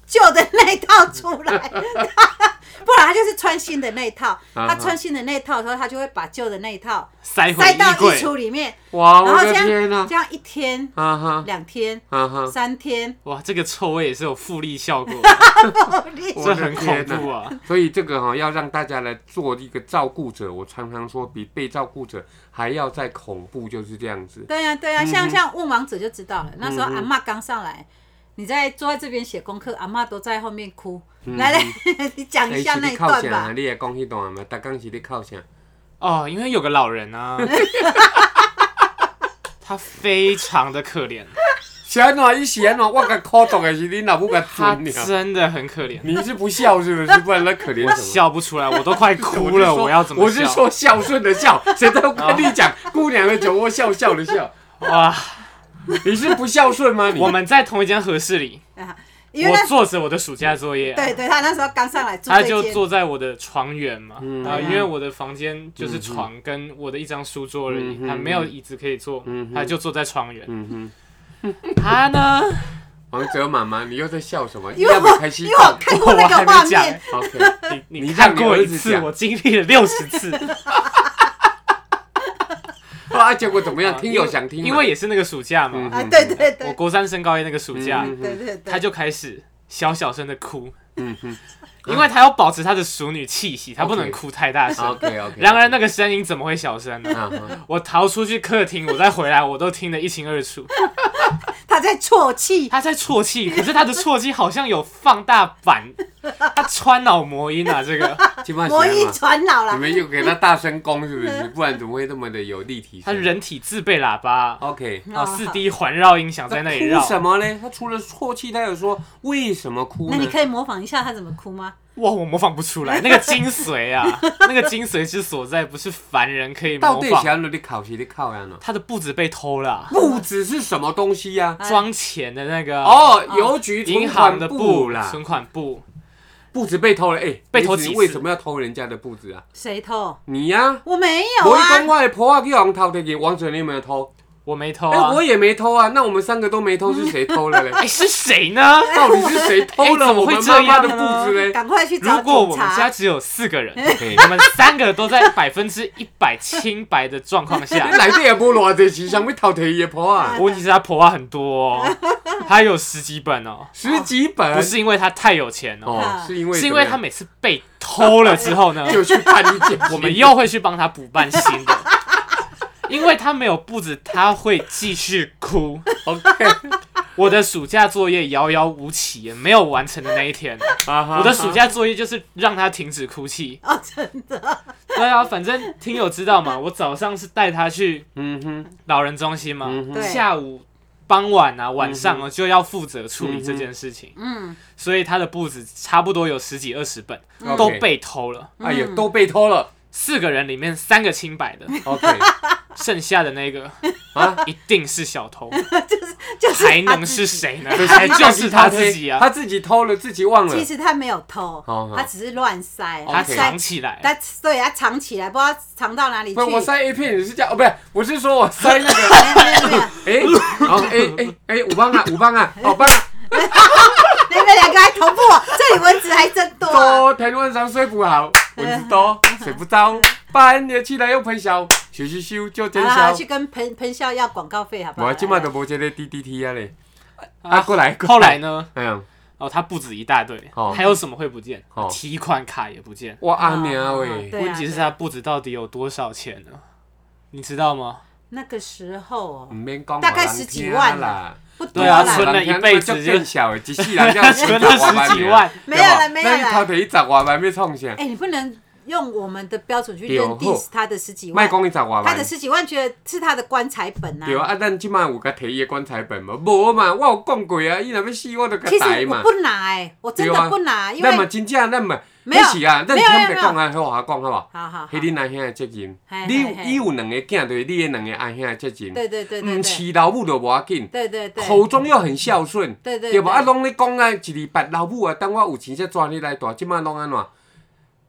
Speaker 2: 旧的那一套出来， 不然他就是穿新的那一套。
Speaker 1: 啊哈哎
Speaker 2: 他穿新的那一套的时候，他就会把旧的那一套
Speaker 3: 塞回
Speaker 2: 塞到
Speaker 3: 衣
Speaker 2: 衣
Speaker 3: 柜，
Speaker 2: 橱里面，
Speaker 1: 哇，
Speaker 2: 然
Speaker 1: 我
Speaker 2: 后
Speaker 1: 的
Speaker 2: 这
Speaker 1: 天
Speaker 2: 样
Speaker 1: 哪
Speaker 2: 这，样一天、
Speaker 1: 啊哈，
Speaker 2: 两天、
Speaker 1: 啊哈，
Speaker 2: 三天，哦
Speaker 3: 哇，这个臭味也是有复利效 果的，
Speaker 1: 我的
Speaker 3: 这很恐
Speaker 1: 天哪
Speaker 3: 怖啊！
Speaker 1: 所以这个哈、要让大家来做一个照顾者，我常常说比被照顾者还要再恐怖，就是这样子。
Speaker 2: 对呀、啊对
Speaker 1: 嗯
Speaker 2: 呀、像像问王者就知道了。那时候阿嬷刚上来，你在坐在这边写功课，阿嬷都在后面哭。
Speaker 1: 嗯
Speaker 2: 来 来，你讲一
Speaker 1: 哎
Speaker 2: 下
Speaker 1: 是
Speaker 2: 那
Speaker 1: 你
Speaker 2: 一
Speaker 1: 靠
Speaker 2: 段
Speaker 1: 啥？
Speaker 2: 吧。
Speaker 1: 你也讲迄段嘛？大刚是你靠啊啥？
Speaker 3: 哦，因为有个老 人啊，他非常的可 怜，
Speaker 1: 是安怎？伊是安怎？我甲苦毒的是你老母甲
Speaker 3: 他
Speaker 1: 准了。
Speaker 3: 真的很可怜，
Speaker 1: 你是不孝是不是？不然那可怜什么？
Speaker 3: 笑不出来，我都快哭了，
Speaker 1: 是说
Speaker 3: 我要怎么
Speaker 1: 我是
Speaker 3: 笑？
Speaker 1: 说孝顺的 孝，谁都跟你讲姑娘的酒窝笑笑的笑。
Speaker 3: 哇，
Speaker 1: 你是不孝顺吗？你
Speaker 3: 哦我们在同一间合适里，
Speaker 2: 啊，因为那
Speaker 3: 我做着我的暑假作业啊，
Speaker 2: 对对，他那时候刚上来住
Speaker 3: 他
Speaker 2: 这
Speaker 3: 就
Speaker 2: 间，
Speaker 3: 坐在我的床缘嘛，
Speaker 1: 嗯
Speaker 3: 啊，因为我的房间就是床跟我的一张书桌而已
Speaker 1: 嗯，哼
Speaker 3: 他没有椅子可以坐
Speaker 1: 嗯，哼
Speaker 3: 他就坐在床缘。
Speaker 1: 嗯哼，
Speaker 3: 他呢，
Speaker 1: 王哲妈妈，你又在笑什么？
Speaker 2: 因为
Speaker 1: 要不
Speaker 2: 我
Speaker 1: 开心哦
Speaker 2: 因为 我看过那
Speaker 3: 我还
Speaker 2: 个
Speaker 3: 没
Speaker 2: 画
Speaker 3: 讲
Speaker 2: 面，
Speaker 1: ？OK，
Speaker 3: 你
Speaker 1: 你
Speaker 3: 你看
Speaker 1: 让你
Speaker 3: 过
Speaker 1: 儿
Speaker 3: 一
Speaker 1: 子
Speaker 3: 次，
Speaker 1: 讲
Speaker 3: 我经历了六十次，
Speaker 1: 啊，结果怎么样？听友
Speaker 3: 因为
Speaker 1: 想听吗，啊
Speaker 3: 因为也是那个暑假嘛，
Speaker 2: 啊，对对
Speaker 3: 嗯我
Speaker 2: 对
Speaker 3: 国三升高一那个暑假，
Speaker 1: 嗯
Speaker 2: 对对对，
Speaker 3: 他就开始小小声的哭，
Speaker 1: 嗯哼。
Speaker 3: 因为他要保持他的熟女气息，他不
Speaker 1: OK 啊
Speaker 3: 能哭太大 声。
Speaker 1: OK OK。
Speaker 3: 然而那个声音怎么会小声呢？
Speaker 1: 啊哈，
Speaker 3: 我逃出去客厅，我再回来，我都听得一清二楚。
Speaker 2: 他在啜泣，
Speaker 3: 他在啜泣，可是他的啜泣好像有放大版，他穿脑膜音啊，这个
Speaker 1: 金马
Speaker 2: 魔音
Speaker 1: 嘛，
Speaker 2: 传脑
Speaker 1: 你
Speaker 2: 了。
Speaker 1: 们又给他大声攻是不是？ 不然怎么会那么的有立体
Speaker 3: 他
Speaker 1: 声？
Speaker 3: 人体自备喇叭
Speaker 1: OK。
Speaker 3: 啊，四 D 环绕音 响在那里
Speaker 1: 哭
Speaker 3: 绕，
Speaker 1: 什么呢？他除了啜泣，他有说为什么哭
Speaker 2: 那你
Speaker 1: 呢？
Speaker 2: 可以模仿一下他怎么哭吗？
Speaker 3: 哇，我模仿不出来那个精髓 啊，那个精髓之所在不是凡人可以
Speaker 1: 到
Speaker 3: 模
Speaker 1: 底
Speaker 3: 仿。
Speaker 1: 想努力考试的考呀呢？
Speaker 3: 他的步子被偷了啊、
Speaker 1: 不只是什么东西呀？
Speaker 3: 装钱的那个
Speaker 1: 哎哦，邮局存
Speaker 3: 啊银行
Speaker 1: 款
Speaker 3: 的
Speaker 1: 簿啦，
Speaker 3: 存款簿，
Speaker 1: 布子被偷了，哎、
Speaker 3: 被偷
Speaker 1: 你
Speaker 3: 几次
Speaker 1: 为什么要偷人家的布子啊？
Speaker 2: 谁偷？
Speaker 1: 你呀、
Speaker 2: 我没有
Speaker 1: 我一讲
Speaker 2: 啊，
Speaker 1: 我的婆啊，给王偷的，给王准你有没有偷？
Speaker 3: 我没偷
Speaker 1: 哎、
Speaker 3: 啊。
Speaker 1: 我也没偷啊，那我们三个都没偷，是谁偷了嘞？
Speaker 3: 哎，是谁呢？
Speaker 1: 到底是谁偷
Speaker 3: 哎
Speaker 1: 了
Speaker 3: 怎么
Speaker 1: 我
Speaker 3: 会
Speaker 1: 们
Speaker 3: 这
Speaker 1: 妈妈
Speaker 3: 样
Speaker 1: 的
Speaker 3: 呢
Speaker 1: 布子 嘞？
Speaker 2: 嗯赶快去找
Speaker 3: 如果我
Speaker 2: 警
Speaker 3: 们家
Speaker 2: 察。
Speaker 3: 只有四个人，
Speaker 1: 嘿
Speaker 3: 我们三个都在百分之一百清白的状况下，
Speaker 1: 哎来这也不偌济钱，想要偷摕伊的 婆啊？
Speaker 3: 我问题是他婆啊很多、哦，他有十几本哦，
Speaker 1: 十几本，
Speaker 3: 不是因为他太有钱哦，
Speaker 1: 哦，
Speaker 2: 啊
Speaker 1: 是因为
Speaker 3: 是
Speaker 1: 怎
Speaker 3: 因
Speaker 1: 么
Speaker 3: 为
Speaker 1: 样
Speaker 3: 他每次被偷了之后 呢，
Speaker 1: 就去办一件，
Speaker 3: 我们又会去帮他补办新的，因为他没有布置，他会继续哭。
Speaker 1: OK，
Speaker 3: 我的暑假作业遥遥无期，没有完成的那一天，我
Speaker 1: 我
Speaker 3: 的暑假作业就是让他停止哭泣。
Speaker 2: 哦，真的，
Speaker 3: 对啊，反正听友知道嘛，我早上是带他去
Speaker 1: 嗯哼，
Speaker 3: 老人中心嘛，
Speaker 1: 嗯哼
Speaker 2: 对
Speaker 3: 下午、傍晚啊、晚上哦、就要负责处理这件事情，
Speaker 2: 嗯，
Speaker 3: 所以他的簿子差不多有十几二十本
Speaker 1: OK
Speaker 3: 都，被偷了。
Speaker 1: 哎呀，都被偷了
Speaker 3: 四个人里面三个清白
Speaker 2: 嗯
Speaker 3: 的，
Speaker 1: ，OK
Speaker 3: 剩下的那 个
Speaker 1: 啊，
Speaker 3: 一定是小偷，
Speaker 2: 就是
Speaker 3: 还
Speaker 2: 他
Speaker 3: 能
Speaker 2: 自己
Speaker 3: 是？谁呢？
Speaker 1: 可
Speaker 3: 还就是他自己啊，
Speaker 1: 他自己偷了，自己忘了
Speaker 2: 其，实他没有偷
Speaker 1: 好，好
Speaker 2: 他只是乱塞，
Speaker 1: OK
Speaker 3: 他
Speaker 2: 塞
Speaker 3: 藏，起来。
Speaker 2: 他对他藏起来，不知道藏到哪里去。
Speaker 1: 不是我塞 A 片，你是这样哦，不是，我是说我塞那个，
Speaker 2: 没有没有没有，
Speaker 1: 哎，然后哎哎哎，五磅啊，五磅啊，好棒，
Speaker 2: 你们两个还同步哦，这里蚊子还真多啊。
Speaker 1: 多台湾上睡不好，蚊子多，
Speaker 2: 哎
Speaker 1: 睡不着，半夜起来又喷笑，咻咻咻就
Speaker 2: 好
Speaker 1: 真
Speaker 2: 了好
Speaker 1: 笑
Speaker 2: 了，，啊去跟彭彭校要广告费好不好？
Speaker 1: 我今晚都无这个 D D T 啊嘞，啊过来，过
Speaker 3: 后来呢？
Speaker 1: 哎呀，
Speaker 3: 哦，他不止一大堆
Speaker 1: 哦，
Speaker 3: 还有什么会不见
Speaker 1: 哦？
Speaker 3: 提款卡也不见。
Speaker 1: 我阿娘喂。
Speaker 2: 对啊
Speaker 3: 问题是他不知到底有多少钱呢？你知道吗？
Speaker 2: 那个时候哦
Speaker 1: 唔免讲，
Speaker 2: 大概十几万
Speaker 1: 啦。
Speaker 2: 不多
Speaker 3: 对啊
Speaker 2: 啦，
Speaker 3: 存了一辈子
Speaker 1: 就变小的，一世人这样
Speaker 3: 存了十几万，
Speaker 2: 没有啦
Speaker 1: 对吧
Speaker 2: 没有
Speaker 1: 那
Speaker 2: 啦
Speaker 1: 你头提十外万要创啥？
Speaker 2: 哎，你不能用我们的标准去
Speaker 1: 对
Speaker 2: 认
Speaker 1: 哦
Speaker 2: diss 他的十几
Speaker 1: 卖
Speaker 2: 万，
Speaker 1: 讲伊十外
Speaker 2: 他
Speaker 1: 万
Speaker 2: 的。十几万觉得是他的棺材本
Speaker 1: 对啊，啊，咱即摆有甲提伊的棺材本无？无嘛，我有讲过啊，伊若要死，我就甲
Speaker 2: 其实
Speaker 1: 台
Speaker 2: 我
Speaker 1: 嘛。
Speaker 2: 不拿哎、我真
Speaker 1: 对啊
Speaker 2: 的不拿，因为
Speaker 1: 咱嘛真正，咱嘛
Speaker 2: 没有
Speaker 1: 不是啊，咱
Speaker 2: 没有
Speaker 1: 听
Speaker 2: 没
Speaker 1: 别
Speaker 2: 有
Speaker 1: 讲啊，好我讲好无？
Speaker 2: 好好好，
Speaker 1: 迄恁阿兄的责任
Speaker 2: 嘿，
Speaker 1: 你有
Speaker 2: 嘿嘿
Speaker 1: 伊有两个囝，就是你的两个阿兄的责任。
Speaker 2: 对对对对
Speaker 1: 毋
Speaker 2: 对，
Speaker 1: 饲老母就无要紧，
Speaker 2: 对对对，
Speaker 1: 口中又很孝顺。
Speaker 2: 对对
Speaker 1: 对无啊，拢咧讲啊，一二八老母啊，等我有钱才抓你来住，即摆拢安怎？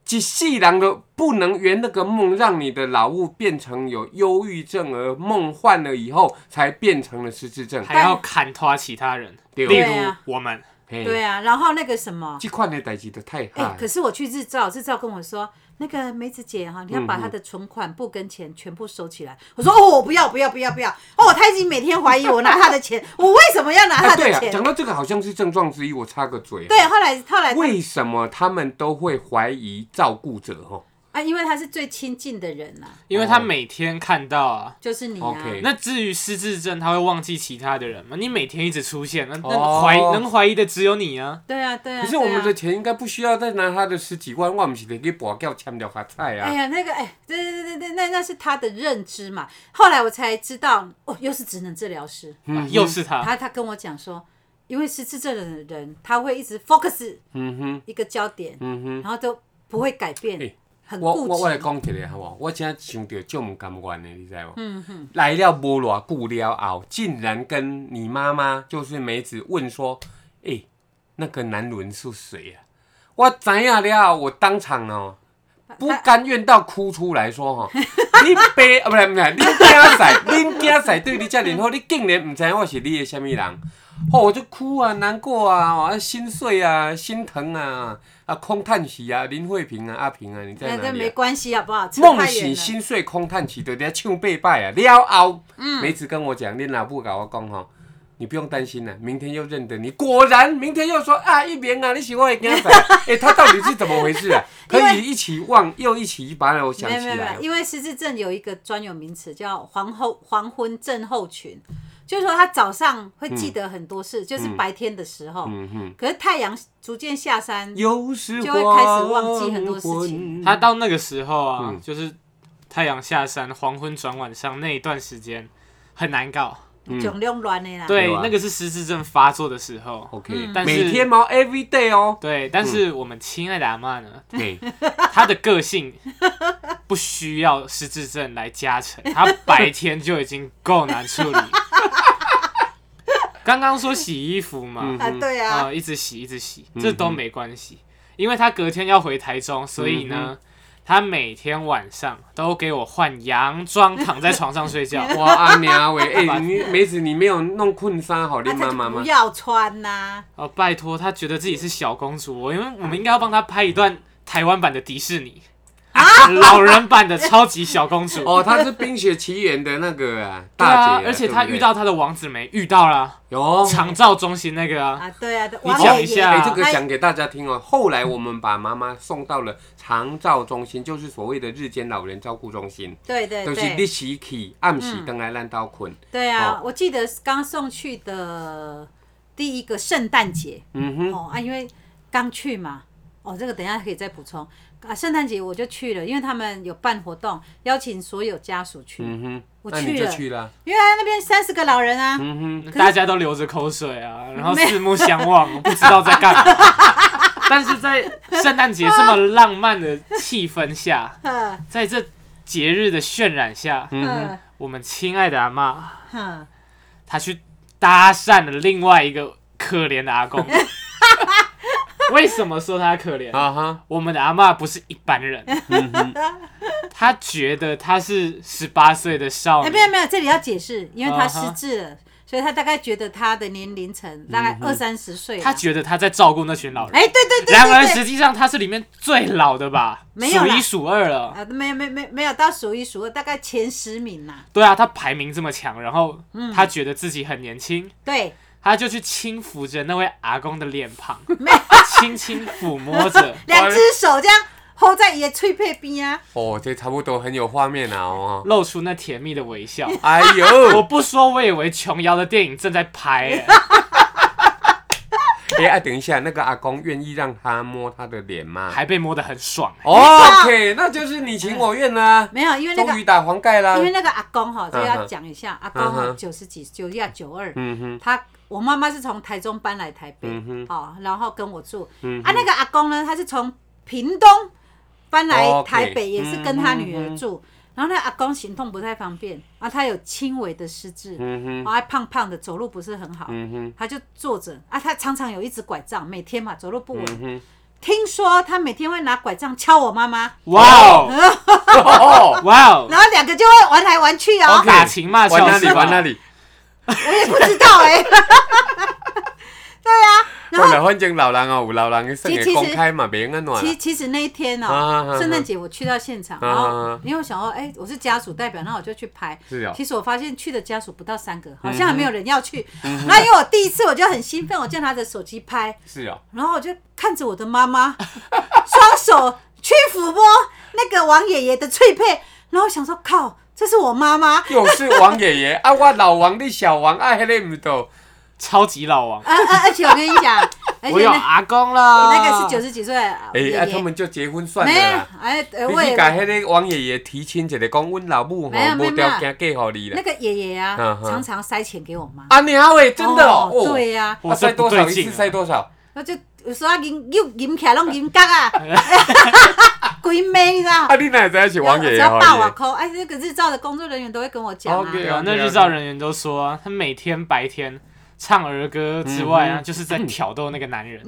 Speaker 1: 一世人都不能圆那个梦，让你的老母变成有忧郁症，而梦幻了以后才变成了失智症。
Speaker 3: 还要砍拖其他人，
Speaker 1: 对
Speaker 3: 例
Speaker 2: 对
Speaker 3: 如
Speaker 2: 啊
Speaker 3: 我们。
Speaker 1: 嘿，
Speaker 2: 对啊，然后那个什么，
Speaker 1: 这款的代志都太
Speaker 2: 哎、
Speaker 1: 害。
Speaker 2: 可是我去日照，日照跟我说。那个梅子姐
Speaker 1: 嗯
Speaker 2: 哈，你要把她的存款不跟钱全部收起来。我说哦，我不要不要不要不要哦，她已经每天怀疑我拿她的钱，我为什么要拿
Speaker 1: 啊，
Speaker 2: 她
Speaker 1: 对
Speaker 2: 的
Speaker 1: 啊，
Speaker 2: 钱？
Speaker 1: 讲到这个好像是症状之一，我插个嘴。
Speaker 2: 对，，后来后来
Speaker 1: 为什么他们都会怀疑照顾者？哦，
Speaker 2: 啊，因为他是最亲近的人啊呐、
Speaker 3: 因为他每天看到
Speaker 1: 哦
Speaker 3: 啊。
Speaker 2: 就是你啊。
Speaker 1: OK
Speaker 3: 那至于失智症，他会忘记其他的人吗？你每天一直出现，那那
Speaker 1: 哦
Speaker 3: 怀能怀疑的只有你啊。
Speaker 2: 对啊对啊。
Speaker 1: 可是我
Speaker 2: 对
Speaker 1: 们
Speaker 2: 啊
Speaker 1: 的钱应该不需要再拿他的十几万，我们是得去跋掉签掉发菜
Speaker 2: 哎
Speaker 1: 啊。
Speaker 2: 呀，那个哎，对对对对，那那是他的认知嘛。后来我才知道，哦，又是职能治疗师，
Speaker 1: 嗯
Speaker 3: 啊又是他，
Speaker 2: 他他跟我讲说，因为失智症的人，他会一直 focus
Speaker 1: 嗯哼，
Speaker 2: 一个焦点，
Speaker 1: 嗯哼。
Speaker 2: 然后都不会改变
Speaker 1: 哎，
Speaker 2: 很
Speaker 1: 我我
Speaker 2: 固
Speaker 1: 我来
Speaker 2: 执。
Speaker 1: 讲一个好无？我真想到就唔甘愿的，你知无？嗯哼。来了无偌久了后，竟然跟你妈妈就是梅子问说：“哎、那个男人是谁啊？”我知影了，我当场哦、不甘愿到哭出来说吼， 你爸啊，不是不是，恁囝婿，恁囝婿对你遮尔好，你竟然毋知我是你的什么人，吼、我就哭啊，难过啊，哦啊心碎啊，心疼啊，啊空叹息啊，林慧萍啊，阿萍啊，你在
Speaker 2: 那
Speaker 1: 哪
Speaker 2: 这
Speaker 1: 里、
Speaker 2: 哎没
Speaker 1: 啊？
Speaker 2: 关系，好不好？扯
Speaker 1: 梦
Speaker 2: 太远
Speaker 1: 醒
Speaker 2: 了
Speaker 1: 心碎空叹息，就在唱八拜啊，了后，
Speaker 2: 嗯
Speaker 1: 梅子跟我讲，恁老母甲我讲吼。你不用担心了、明天又认得你。果然，明天又说啊，一鸣啊，你喜欢的囝仔， 哎、他到底是怎么回事啊？可
Speaker 2: 因为
Speaker 1: 以一起忘，又一起把我想
Speaker 2: 没有
Speaker 1: 起
Speaker 2: 没有没
Speaker 1: 来
Speaker 2: 有，。因为失智症有一个专有名词叫黄后黄昏症候群，就是说他早上会记得很多事，就是白天的时候，
Speaker 1: 嗯哼，
Speaker 2: 可是太阳逐渐下山，
Speaker 1: 有时
Speaker 2: 就会开始忘记很多事情
Speaker 3: 他到那个时候啊，
Speaker 1: 嗯
Speaker 3: 就是太阳下山、黄昏转晚上那一段时间很难搞。
Speaker 2: 囧量乱的啦。
Speaker 1: 嗯
Speaker 3: 对
Speaker 1: 对啊，哦
Speaker 3: 那个是失智症发作的时候。
Speaker 2: 嗯
Speaker 1: OK，
Speaker 3: 但是
Speaker 1: 每天吗？Every day 哦。
Speaker 3: 对，但是我们亲爱的阿嬷呢，
Speaker 1: 对，。
Speaker 3: 她的个性不需要失智症来加成，她白天就已经够难处理。刚刚说洗衣服嘛，啊
Speaker 2: 啊，对啊，啊
Speaker 3: 啊、一直洗一直洗，这都没关系。因为他隔天要回台中，所以呢，他每天晚上都给我换洋装，躺在床上睡觉
Speaker 1: 哇阿娘喂，哎、你梅子你没有弄困衫好
Speaker 2: 那
Speaker 1: 令
Speaker 2: 他
Speaker 1: 妈
Speaker 2: 就
Speaker 1: 妈
Speaker 2: 不
Speaker 1: 吗？
Speaker 2: 要穿呐、
Speaker 3: 哦，拜托，他觉得自己是小公主，哦我因为我们应该要帮他拍一段台湾版的迪士尼，老人版的超级小公主。
Speaker 1: 哦，她是《冰雪奇缘》的那个、啊、
Speaker 3: 对
Speaker 1: 大姐啊、
Speaker 3: 啊，而且
Speaker 1: 对
Speaker 3: 他
Speaker 1: 不对哦
Speaker 3: 遇到他的王子梅，遇到了
Speaker 1: 有
Speaker 3: 长照中心那个啊，
Speaker 2: 啊！对啊，
Speaker 3: 你
Speaker 2: 王
Speaker 3: 讲
Speaker 2: 美
Speaker 3: 一
Speaker 2: 也
Speaker 3: 下
Speaker 1: 哎、
Speaker 3: 啊
Speaker 1: 这个讲给大家听哦。后来我们把妈妈送到了长照中心，就是所谓的日间老人照顾中心，
Speaker 2: 对对
Speaker 1: 就是
Speaker 2: 对
Speaker 1: 你时起，暗时灯来烂到困。
Speaker 2: 对啊
Speaker 1: 哦！
Speaker 2: 我记得刚送去的第一个圣诞节
Speaker 1: 嗯哼，
Speaker 2: 哦啊，因为刚去嘛，哦，这个等一下可以再补充啊。圣诞节我就去了，因为他们有办活动，邀请所有家属去，
Speaker 1: 嗯哼，
Speaker 2: 我
Speaker 1: 那你
Speaker 2: 去
Speaker 1: 就
Speaker 2: 了
Speaker 1: 去了。
Speaker 2: 因为那边三十个老人啊，
Speaker 1: 嗯哼，
Speaker 2: 是
Speaker 3: 大家都流着口水 啊，然后四目相望，不知道在干嘛。但是在圣诞节这么浪漫的气氛下，
Speaker 2: 呵
Speaker 3: 在这节日的渲染下，
Speaker 1: 嗯
Speaker 2: 呵
Speaker 3: 我们亲爱的阿妈，
Speaker 2: 呵，
Speaker 3: 她去搭讪了另外一个可怜的 阿公。为什么说他可怜？
Speaker 1: 啊哈，
Speaker 3: 我们的阿妈不是一般人，
Speaker 1: 嗯
Speaker 3: 她觉得她是十八岁的少
Speaker 2: 哎，
Speaker 3: 女
Speaker 2: 没，有没有，这里要解释，因为他
Speaker 3: 啊
Speaker 2: 失
Speaker 3: 哈
Speaker 2: 智了，所以他大概觉得他的年龄层大概二三十岁了。
Speaker 3: 她嗯觉得她在照顾那群老人。
Speaker 2: 啊哎，对对对对
Speaker 3: 然而
Speaker 2: 对
Speaker 3: 实际上她是里面最老的吧，
Speaker 2: 没有
Speaker 3: 数
Speaker 2: 啦
Speaker 3: 一数二了。
Speaker 2: 啊，没有没有没有没有到数一数二，大概前十名呐、
Speaker 3: 对啊，她排名这么强，然后
Speaker 2: 嗯
Speaker 3: 她觉得自己很年轻，
Speaker 2: 对，
Speaker 3: 她就去轻抚着那位阿公的脸庞，
Speaker 2: 没有
Speaker 3: 轻轻抚摸着。
Speaker 2: 两只手这样 hold 在也脆配边啊，
Speaker 1: 哦，这差不多很有画面啊 哦。
Speaker 3: 露出那甜蜜的微笑。
Speaker 1: 哎
Speaker 3: 我
Speaker 1: 呦，
Speaker 3: 不说，我以为琼瑶的电影正在 拍、欸，
Speaker 1: 哎、啊等一下，那个阿公愿意让他摸他的脸吗？
Speaker 3: 还被摸得很爽、欸。
Speaker 1: 哦 OK，那就是你情我愿啦，
Speaker 2: 没有，哎因为那
Speaker 1: 终于
Speaker 2: 个
Speaker 1: 打黄盖啦
Speaker 2: 因。为那个阿公哈，这个
Speaker 1: 嗯
Speaker 2: 要
Speaker 1: 哼
Speaker 2: 讲一下，阿公哈
Speaker 1: 嗯哼
Speaker 2: 九十几，九一啊九二，
Speaker 1: 嗯哼，
Speaker 2: 他我妈妈是从台中搬来台北，
Speaker 1: 嗯
Speaker 2: 哦，然后跟我住，
Speaker 1: 嗯
Speaker 2: 啊，那个阿公呢，他是从屏东搬来
Speaker 1: 哦 OK，
Speaker 2: 台北，也是跟他女
Speaker 1: 嗯嗯
Speaker 2: 儿
Speaker 1: 嗯
Speaker 2: 住。然后那阿公行动不太方便，啊，他有轻微的失智，
Speaker 1: 嗯
Speaker 2: 然
Speaker 1: 哼，
Speaker 2: 后还胖胖的，走路不是很好。
Speaker 1: 嗯哼，
Speaker 2: 他就坐着啊，他常常有一只拐杖，每天嘛走路不稳。
Speaker 1: 嗯哼，
Speaker 2: 听说他每天会拿拐杖敲我妈妈，
Speaker 3: 哇哦，
Speaker 1: 哦，
Speaker 3: 哇哦，
Speaker 2: 然后两个就会玩来玩去哦
Speaker 1: OK
Speaker 3: 打情骂
Speaker 1: 玩
Speaker 3: 俏
Speaker 1: 那
Speaker 3: 是
Speaker 1: 里
Speaker 3: 吧
Speaker 1: 玩那里，
Speaker 2: 我也不知道哎、
Speaker 1: 后来反正老人哦，有老人的生
Speaker 2: 其
Speaker 1: 意
Speaker 2: 其
Speaker 1: 公开嘛，别安怎
Speaker 2: 其
Speaker 1: 啦
Speaker 2: 实。其实那一天
Speaker 1: 啊啊啊
Speaker 2: 哦
Speaker 1: 啊，
Speaker 2: 圣诞节我去到现场，
Speaker 1: 啊啊
Speaker 2: 然
Speaker 1: 啊
Speaker 2: 后因为我想说，哎，我是家属代表，那我就去拍。
Speaker 1: 是哦
Speaker 2: 其实我发现去的家属不到三个，好像还没有人要去。
Speaker 1: 嗯
Speaker 2: 那因为我第一次我就很兴奋，我就拿着手机拍，
Speaker 1: 是哦，
Speaker 2: 然后我就看着我的妈妈， 双手去抚摸那个王爷爷的翠佩，然后我想说，靠，这是我妈妈。
Speaker 1: 又是王爷 爷啊，我老王你小王啊，迄个唔到，
Speaker 3: 超级老王，
Speaker 2: 啊啊！而且我跟你 讲，而
Speaker 3: 我
Speaker 2: 且
Speaker 3: 有
Speaker 2: 那
Speaker 3: 阿公了。
Speaker 2: 那个是九十几岁的
Speaker 1: 哎
Speaker 2: 爷
Speaker 1: 啊，他
Speaker 2: 爷，
Speaker 1: 们就结婚算了
Speaker 2: 没有
Speaker 1: 啦。
Speaker 2: 哎，呃
Speaker 1: 你
Speaker 2: 我
Speaker 1: 去
Speaker 2: 也
Speaker 1: 甲迄个王爷爷提亲一下，讲阮老母
Speaker 2: 没
Speaker 1: 吼
Speaker 2: 有没
Speaker 1: 无
Speaker 2: 有
Speaker 1: 条件嫁互你
Speaker 2: 那
Speaker 1: 啦。
Speaker 2: 个爷爷啊
Speaker 1: 嗯，嗯
Speaker 2: 常常塞钱给我妈。
Speaker 1: 啊娘喂，真的哦，哦
Speaker 2: 对呀、
Speaker 1: 啊
Speaker 3: 我这
Speaker 1: 塞
Speaker 3: 不
Speaker 1: 多少
Speaker 3: 对
Speaker 1: 一
Speaker 3: 劲
Speaker 1: 次塞
Speaker 3: 啊，
Speaker 1: 多少？
Speaker 2: 我就有时候银又银起来拢银角 啊，鬼妹你知道？
Speaker 1: 啊，你哪会知道是王爷
Speaker 2: 只
Speaker 1: 爷
Speaker 2: 要
Speaker 1: 吼？
Speaker 2: 八瓦扣，哎，那个日照的工作人员都会跟我讲啊。
Speaker 1: OK
Speaker 3: 对啊，那日照人员都说啊、他每天白天唱儿歌之外啊，就是在挑逗那个男人。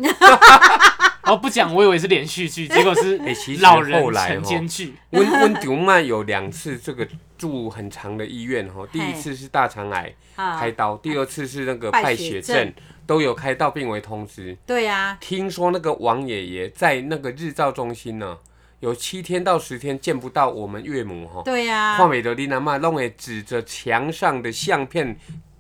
Speaker 3: 哦，不讲，我以为是连续剧，结果是
Speaker 1: 哎其实
Speaker 3: 老人
Speaker 1: 后来
Speaker 3: 晨
Speaker 1: 哦
Speaker 3: 间剧。
Speaker 1: 温温迪曼有两次这个住很长的医院哈，第一次是大肠癌
Speaker 2: 啊
Speaker 1: 开，刀，第二次是那个
Speaker 2: 哎败
Speaker 1: 败血
Speaker 2: 血症
Speaker 1: 症，都有开到病危通知。
Speaker 2: 对呀、
Speaker 1: 听说那个王爷爷在那个日照中心呢，有七天到十天见不到我们岳母哈
Speaker 2: 啊，，对呀、
Speaker 1: 邝美德丽娜妈弄诶指着墙上的相片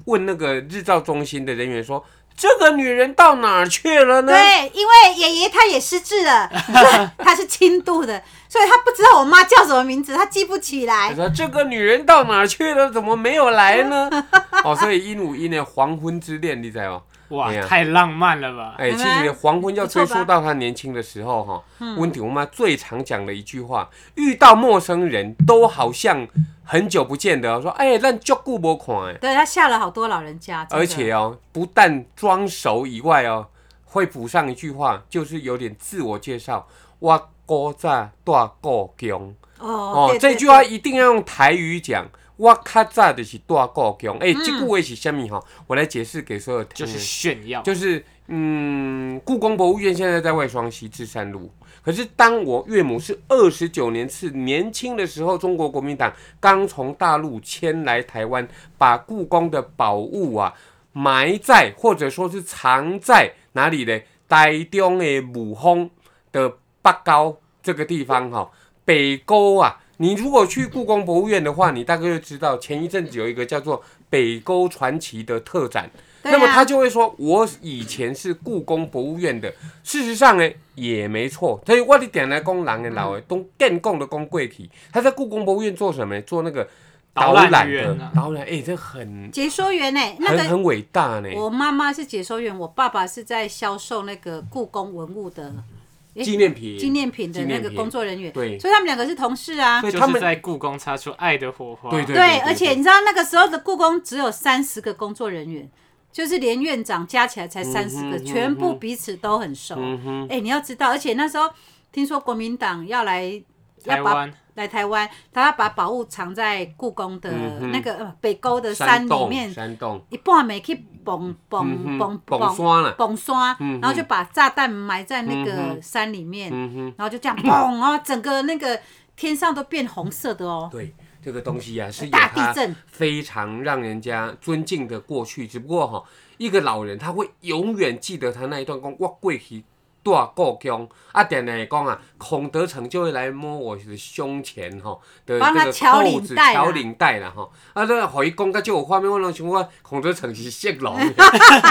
Speaker 1: 问那个日照中心的人员说：“这个女人到哪儿去了呢？”
Speaker 2: 对，因为爷爷他也失 智了，所以他是轻度的，所以他不知道我妈叫什么名字，他记不起
Speaker 1: 他
Speaker 2: 来。
Speaker 1: 说：“这个女人到哪儿去了？怎么没有来呢？”哦，所以鹦鹉一呢，黄昏之恋，你知道吗？
Speaker 3: 哇
Speaker 1: 哎，呀
Speaker 3: 太浪漫了吧！
Speaker 1: 哎、
Speaker 2: 有
Speaker 1: 其
Speaker 2: 没
Speaker 1: 实
Speaker 2: 有
Speaker 1: 黄昏要追溯到他年轻的时候哈，
Speaker 2: 嗯
Speaker 1: 温迪我妈最常讲的一句话，遇到陌生人都好像很久不见的哦，说：“哎、咱就顾不看哎。
Speaker 2: 对他吓了好多老人家，”真的
Speaker 1: 而且哦，不但装熟以外哦，会补上一句话，就是有点自我介绍：“我古早大故宫。”
Speaker 2: 哦
Speaker 1: 哦，
Speaker 2: 对
Speaker 1: 这
Speaker 2: 对
Speaker 1: 句话
Speaker 2: 对
Speaker 1: 一定要用台语讲。我较早
Speaker 2: 嗯
Speaker 1: 就是大故宫，哎、这句话是什么哈？我来解释给所有
Speaker 3: 就
Speaker 1: 听的。
Speaker 3: 是炫耀，
Speaker 1: 就是嗯，故宫博物院现在在外双溪至善路。可是当我岳母是二十九年次年轻的时候，中国国民党刚从大陆迁来台湾，把故宫的宝物啊埋在或者说是藏在哪里呢？台中的母峰的北高这个地方哈、北沟啊。你如果去故宫博物院的话，你大概就知道，前一阵子有一个叫做“北沟传奇”的特展，
Speaker 2: 对
Speaker 1: 那么
Speaker 2: 啊
Speaker 1: 他就会说，我以前是故宫博物院的。事实上呢，也没错。所以我的点来讲，人的
Speaker 2: 嗯
Speaker 1: 老的都更供的供贵体，他在故宫博物院做什么呢？做那个
Speaker 3: 导览
Speaker 1: 览的
Speaker 3: 员啊
Speaker 1: 导览，哎、这很
Speaker 2: 解说员呢、那
Speaker 1: 很
Speaker 2: 个
Speaker 1: 很伟大呢。
Speaker 2: 我妈妈是解说员，我爸爸是在销售那个故宫文物的诶
Speaker 1: 纪念品，
Speaker 2: 纪念品的
Speaker 1: 纪
Speaker 2: 那
Speaker 1: 念
Speaker 2: 个
Speaker 1: 品
Speaker 2: 工作人员，
Speaker 1: 对
Speaker 2: 所以他们两个是同事啊。
Speaker 1: 所以
Speaker 3: 就
Speaker 1: 他
Speaker 3: 是
Speaker 1: 们
Speaker 3: 在故宫擦出爱的火花。
Speaker 1: 对对
Speaker 2: 对，而且你知道那个时候的故宫只有三十个工作人员，就是连院长加起来才三十个，
Speaker 1: 嗯哼
Speaker 2: 全部彼此都很熟。哎、
Speaker 1: 嗯哼，
Speaker 2: 你要知道，而且那时候听说国民党要来
Speaker 3: 台
Speaker 2: 要把
Speaker 3: 湾
Speaker 2: 来台湾，他要把宝物藏在故宫的
Speaker 1: 嗯哼
Speaker 2: 那个、呃北沟的山
Speaker 1: 山
Speaker 2: 里
Speaker 1: 洞
Speaker 2: 面，
Speaker 1: 山洞，
Speaker 2: 一半没去蹦
Speaker 1: 嗯
Speaker 2: 蹦 蹦
Speaker 1: 哼，崩山了，
Speaker 2: 崩山
Speaker 1: 嗯哼，
Speaker 2: 然后就把炸弹埋在那
Speaker 1: 嗯
Speaker 2: 个山里面，
Speaker 1: 嗯哼。
Speaker 2: 然后就这样 嘣，然后整个那个天上都变红色的哦。
Speaker 1: 对，这个东西呀、是有
Speaker 2: 大地
Speaker 1: 它
Speaker 2: 震
Speaker 1: 非常让人家尊敬的过去。只不过哈、一个老人他会永远记得他那一段讲我过去大故宫啊，点来讲啊，孔德成就会来摸我的胸前哈、的
Speaker 2: 帮
Speaker 1: 这
Speaker 2: 他
Speaker 1: 个
Speaker 2: 敲
Speaker 1: 扣
Speaker 2: 领
Speaker 1: 子、
Speaker 2: 带
Speaker 1: 敲
Speaker 2: 啦
Speaker 1: 领带了哈。啊，这可以讲，甲就有画面，我拢想我孔德成是色 狼。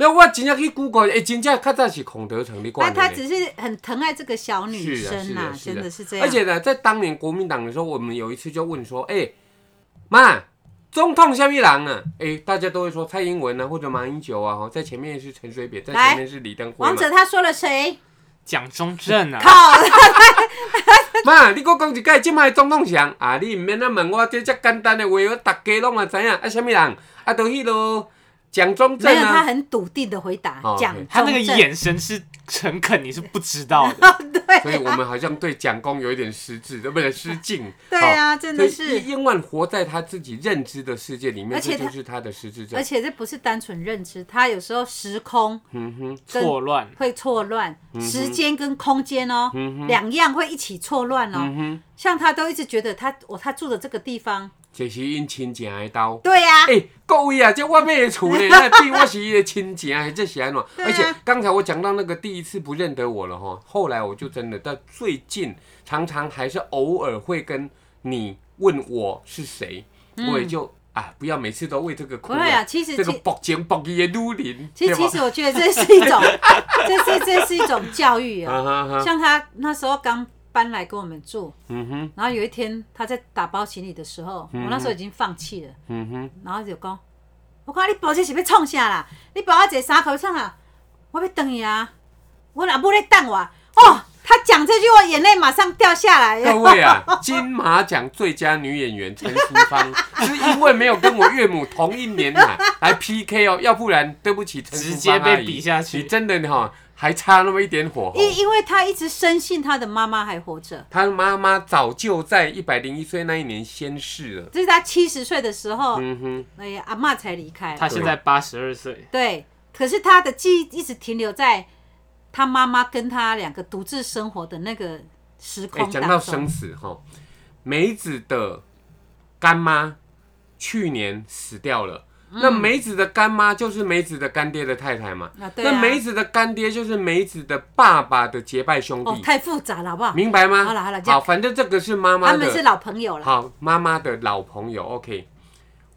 Speaker 1: 那我真正去 Google，哎、真正较早是孔德成的
Speaker 2: 那
Speaker 1: 冠。
Speaker 2: 他只是很疼爱这个小女
Speaker 1: 是的，是
Speaker 2: 生
Speaker 1: 的，
Speaker 2: 啊，
Speaker 1: 是
Speaker 2: 真的是这样。
Speaker 1: 而且呢，在当年国民党的时候，我们有一次就问说：“哎、妈，总统下面郎啊？”哎、大家都会说蔡英文啊，或者马英九啊，哦，在前面是陈水扁，在
Speaker 2: 来
Speaker 1: 前面是李登辉
Speaker 2: 王
Speaker 1: 嘛。
Speaker 2: 者他说了谁？
Speaker 3: 蒋中正啊，
Speaker 2: 靠，
Speaker 1: 妈，你给我讲一届，即摆总统谁啊？你毋免啊问我这遮简单的话，我大家拢啊知影啊，什么人啊？都迄啰蒋中正
Speaker 2: 没有，他
Speaker 1: 啊。
Speaker 2: 很笃定的回答
Speaker 1: 哦，
Speaker 2: 讲
Speaker 1: OK
Speaker 3: 他那个
Speaker 2: 中正。
Speaker 3: 眼神是诚恳，你是不知道的。
Speaker 1: 所以我们好像对蒋公有一点失智，对不对？失敬。
Speaker 2: 对啊，真
Speaker 1: 哦所
Speaker 2: 的
Speaker 1: 以
Speaker 2: 是，
Speaker 1: 英万活在他自己认知的世界里面，
Speaker 2: 而且
Speaker 1: 这就
Speaker 2: 他
Speaker 1: 是他的失智症
Speaker 2: 而。且这不是单纯认知，他有时候时空
Speaker 1: 嗯哼。
Speaker 2: 跟
Speaker 3: 错乱，
Speaker 2: 会错乱，哦
Speaker 1: 嗯
Speaker 2: 时间跟空间哦，两样会一起错乱
Speaker 1: 嗯
Speaker 2: 哦。像他都一直觉得他我他住的这个地方，
Speaker 1: 这是因亲情的刀。
Speaker 2: 对呀、
Speaker 1: 哎、各位啊，这我买的厝呢， 那对我是伊的亲情还这是安怎？
Speaker 2: 对啊
Speaker 1: 而且刚才我讲到那个第一次不认得我了哈，后来我就真的到最近，常常还是偶尔会跟你问我是谁，我也就啊，不要每次都为这个哭
Speaker 2: 嗯不
Speaker 1: 了。
Speaker 2: 会啊，其实
Speaker 1: 这个
Speaker 2: 其
Speaker 1: 薄情薄义的女人，
Speaker 2: 其
Speaker 1: 对
Speaker 2: 实其
Speaker 1: 吧
Speaker 2: 实我觉得这是一 种，这是这是一种教育啊。
Speaker 1: 啊哈哈，
Speaker 2: 像他那时候刚搬来跟我们住，
Speaker 1: 嗯哼，
Speaker 2: 然后有一天他在打包行李的时候，我那时候已经放弃了，
Speaker 1: 嗯哼，
Speaker 2: 然后就讲，我看你包这是要创啥啦？你包我一个衫裤要创啥？啊我要等伊啊！我老母在等我。哦，他讲这句话，眼泪马上掉下来。
Speaker 1: 各位啊，金马奖最佳女演员陈淑芳，是因为没有跟我岳母同一年呐、 来 PK 哦，要不然对不起陈淑
Speaker 3: 直
Speaker 1: 芳
Speaker 3: 接
Speaker 1: 阿
Speaker 3: 被
Speaker 1: 姨
Speaker 3: 比下
Speaker 1: 你
Speaker 3: 去。
Speaker 1: 真的哈、还差那么一点火候。
Speaker 2: 因因为他一直深信他的妈妈还活着，
Speaker 1: 他妈妈早就在一百零一岁那一年仙逝了。
Speaker 2: 这是他七十岁的时候，
Speaker 1: 嗯哼，
Speaker 2: 哎呀，阿嬷才离开。
Speaker 3: 他现在八十二岁，
Speaker 2: 对，可是他的记忆一直停留在他妈妈跟他两个独自生活的那个时
Speaker 1: 哎、
Speaker 2: 空
Speaker 1: 讲
Speaker 2: 当
Speaker 1: 到
Speaker 2: 中。
Speaker 1: 生死哈、梅子的干妈去年死掉了。
Speaker 2: 嗯
Speaker 1: 那梅子的干妈就是梅子的干爹的太太嘛，
Speaker 2: 啊，对
Speaker 1: 那
Speaker 2: 啊，
Speaker 1: 梅子的干爹就是梅子的爸爸的结拜兄弟。
Speaker 2: 哦，太复杂了，好不好？
Speaker 1: 明白吗？
Speaker 2: 好了好了这样
Speaker 1: 好，反正这个是妈妈
Speaker 2: 他们是
Speaker 1: 的，
Speaker 2: 老朋友了。
Speaker 1: 好妈妈的老朋友。OK，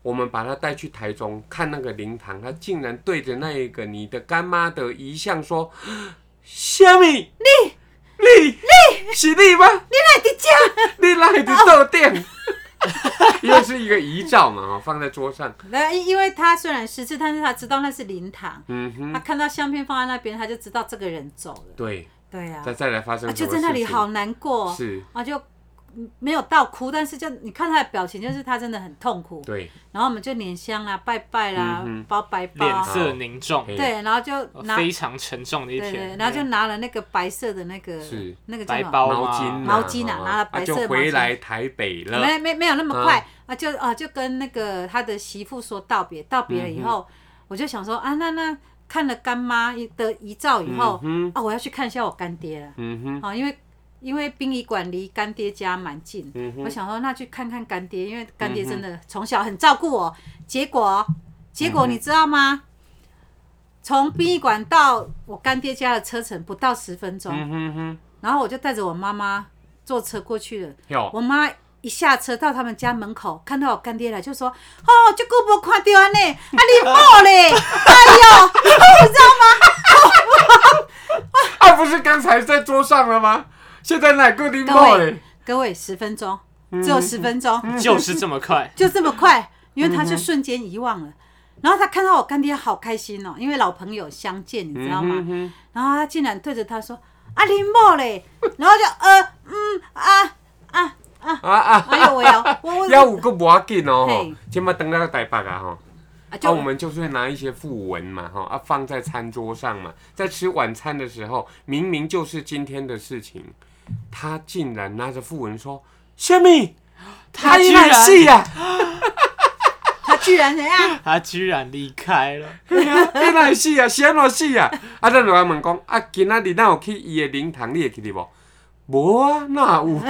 Speaker 1: 我们把她带去台中看那个灵堂，她竟然对着那个你的干妈的遗像说：“虾米，你你你是你吗？
Speaker 2: 你在哦家，
Speaker 1: 你哪里的豆店？” 因为是一个遗照嘛，哈，放在桌上。
Speaker 2: 那因因为他虽然失智，但是他知道那是灵堂，
Speaker 1: 嗯哼，
Speaker 2: 他看到相片放在那边，他就知道这个人走了。
Speaker 1: 对，
Speaker 2: 对呀、
Speaker 1: 再再来发生
Speaker 2: 啊，
Speaker 1: 什
Speaker 2: 就
Speaker 1: 么
Speaker 2: 在那里
Speaker 1: 事情
Speaker 2: 好难过、哦，
Speaker 1: 是，
Speaker 2: 啊，就没有到哭，但是就你看他的表情，就是他真的很痛苦。
Speaker 1: 对，
Speaker 2: 然后我们就捻香啦、拜拜啦、
Speaker 1: 嗯哼
Speaker 2: 包白包
Speaker 3: 脸
Speaker 2: 啊，
Speaker 3: 色凝重，哦
Speaker 1: 嘿
Speaker 2: 对，然后就拿
Speaker 3: 非常沉重的一
Speaker 2: 对对，
Speaker 3: 天。
Speaker 2: 然后就拿了那个白色的那个
Speaker 1: 是
Speaker 2: 那个叫
Speaker 3: 白
Speaker 2: 什么
Speaker 3: 包
Speaker 1: 毛
Speaker 3: 嘛
Speaker 1: 巾啊、
Speaker 2: 毛巾啊
Speaker 1: 哈
Speaker 2: 拿了白色的
Speaker 1: 就
Speaker 2: 毛
Speaker 1: 回
Speaker 2: 巾
Speaker 1: 来台北了。
Speaker 2: 没没没有那么
Speaker 1: 嗯
Speaker 2: 快啊，就
Speaker 1: 嗯
Speaker 2: 啊就跟那个他的媳妇说道别，道别了以后，我就想说啊，那那看了干妈的遗照以后，
Speaker 1: 嗯
Speaker 2: 啊，我要去看一下我干爹了。
Speaker 1: 嗯哼，
Speaker 2: 啊，因为因为殡仪馆离干爹家蛮近，
Speaker 1: 嗯
Speaker 2: 我想说那去看看干爹，因为干爹真的从小很照顾我。结果结
Speaker 1: 嗯
Speaker 2: 果你知道吗？从殡仪馆到我干爹家的车程不到十分钟，
Speaker 1: 嗯哼哼，
Speaker 2: 然后我就带着我妈妈坐车过去了。
Speaker 1: 哟，
Speaker 2: 我妈一下车到他们家门口，看到我干爹来，就说：“哦，这久无看到安尼，啊你某嘞，哎呦，
Speaker 1: 啊，不是刚才在桌上了吗？现在哪个地方嘞？
Speaker 2: 各位十分钟，只
Speaker 1: 嗯
Speaker 2: 有十分钟，
Speaker 3: 就是这么快，
Speaker 2: 就这么快，因为他就瞬间遗忘
Speaker 1: 嗯
Speaker 2: 了。然后他看到我干爹好开心哦，因为老朋友相见，你知道吗？
Speaker 1: 嗯
Speaker 2: 然后他竟然对着他说：“啊你 某嘞。”然后就呃嗯啊啊啊，
Speaker 1: 哼啊啊，
Speaker 2: 哎呦我要我我
Speaker 1: 要五个不要紧哦，吼
Speaker 2: 嘿，
Speaker 1: 今麦等到台北啊，吼。
Speaker 2: 啊就
Speaker 1: 啊，我们就是会拿一些副文嘛，哈啊，放在餐桌上嘛，在吃晚餐的时候，明明就是今天的事情，他竟然拿着副文说：“虾米，
Speaker 3: 他
Speaker 1: 依
Speaker 3: 居
Speaker 1: 然
Speaker 3: 然
Speaker 1: 是啊 呀，
Speaker 2: 他居然怎样？
Speaker 3: 他居然离开了，
Speaker 1: 依然是 呀，是安怎是呀？”啊，咱就来问讲，啊，今仔日咱有去伊的灵堂，你会去的无？无啊，哪有？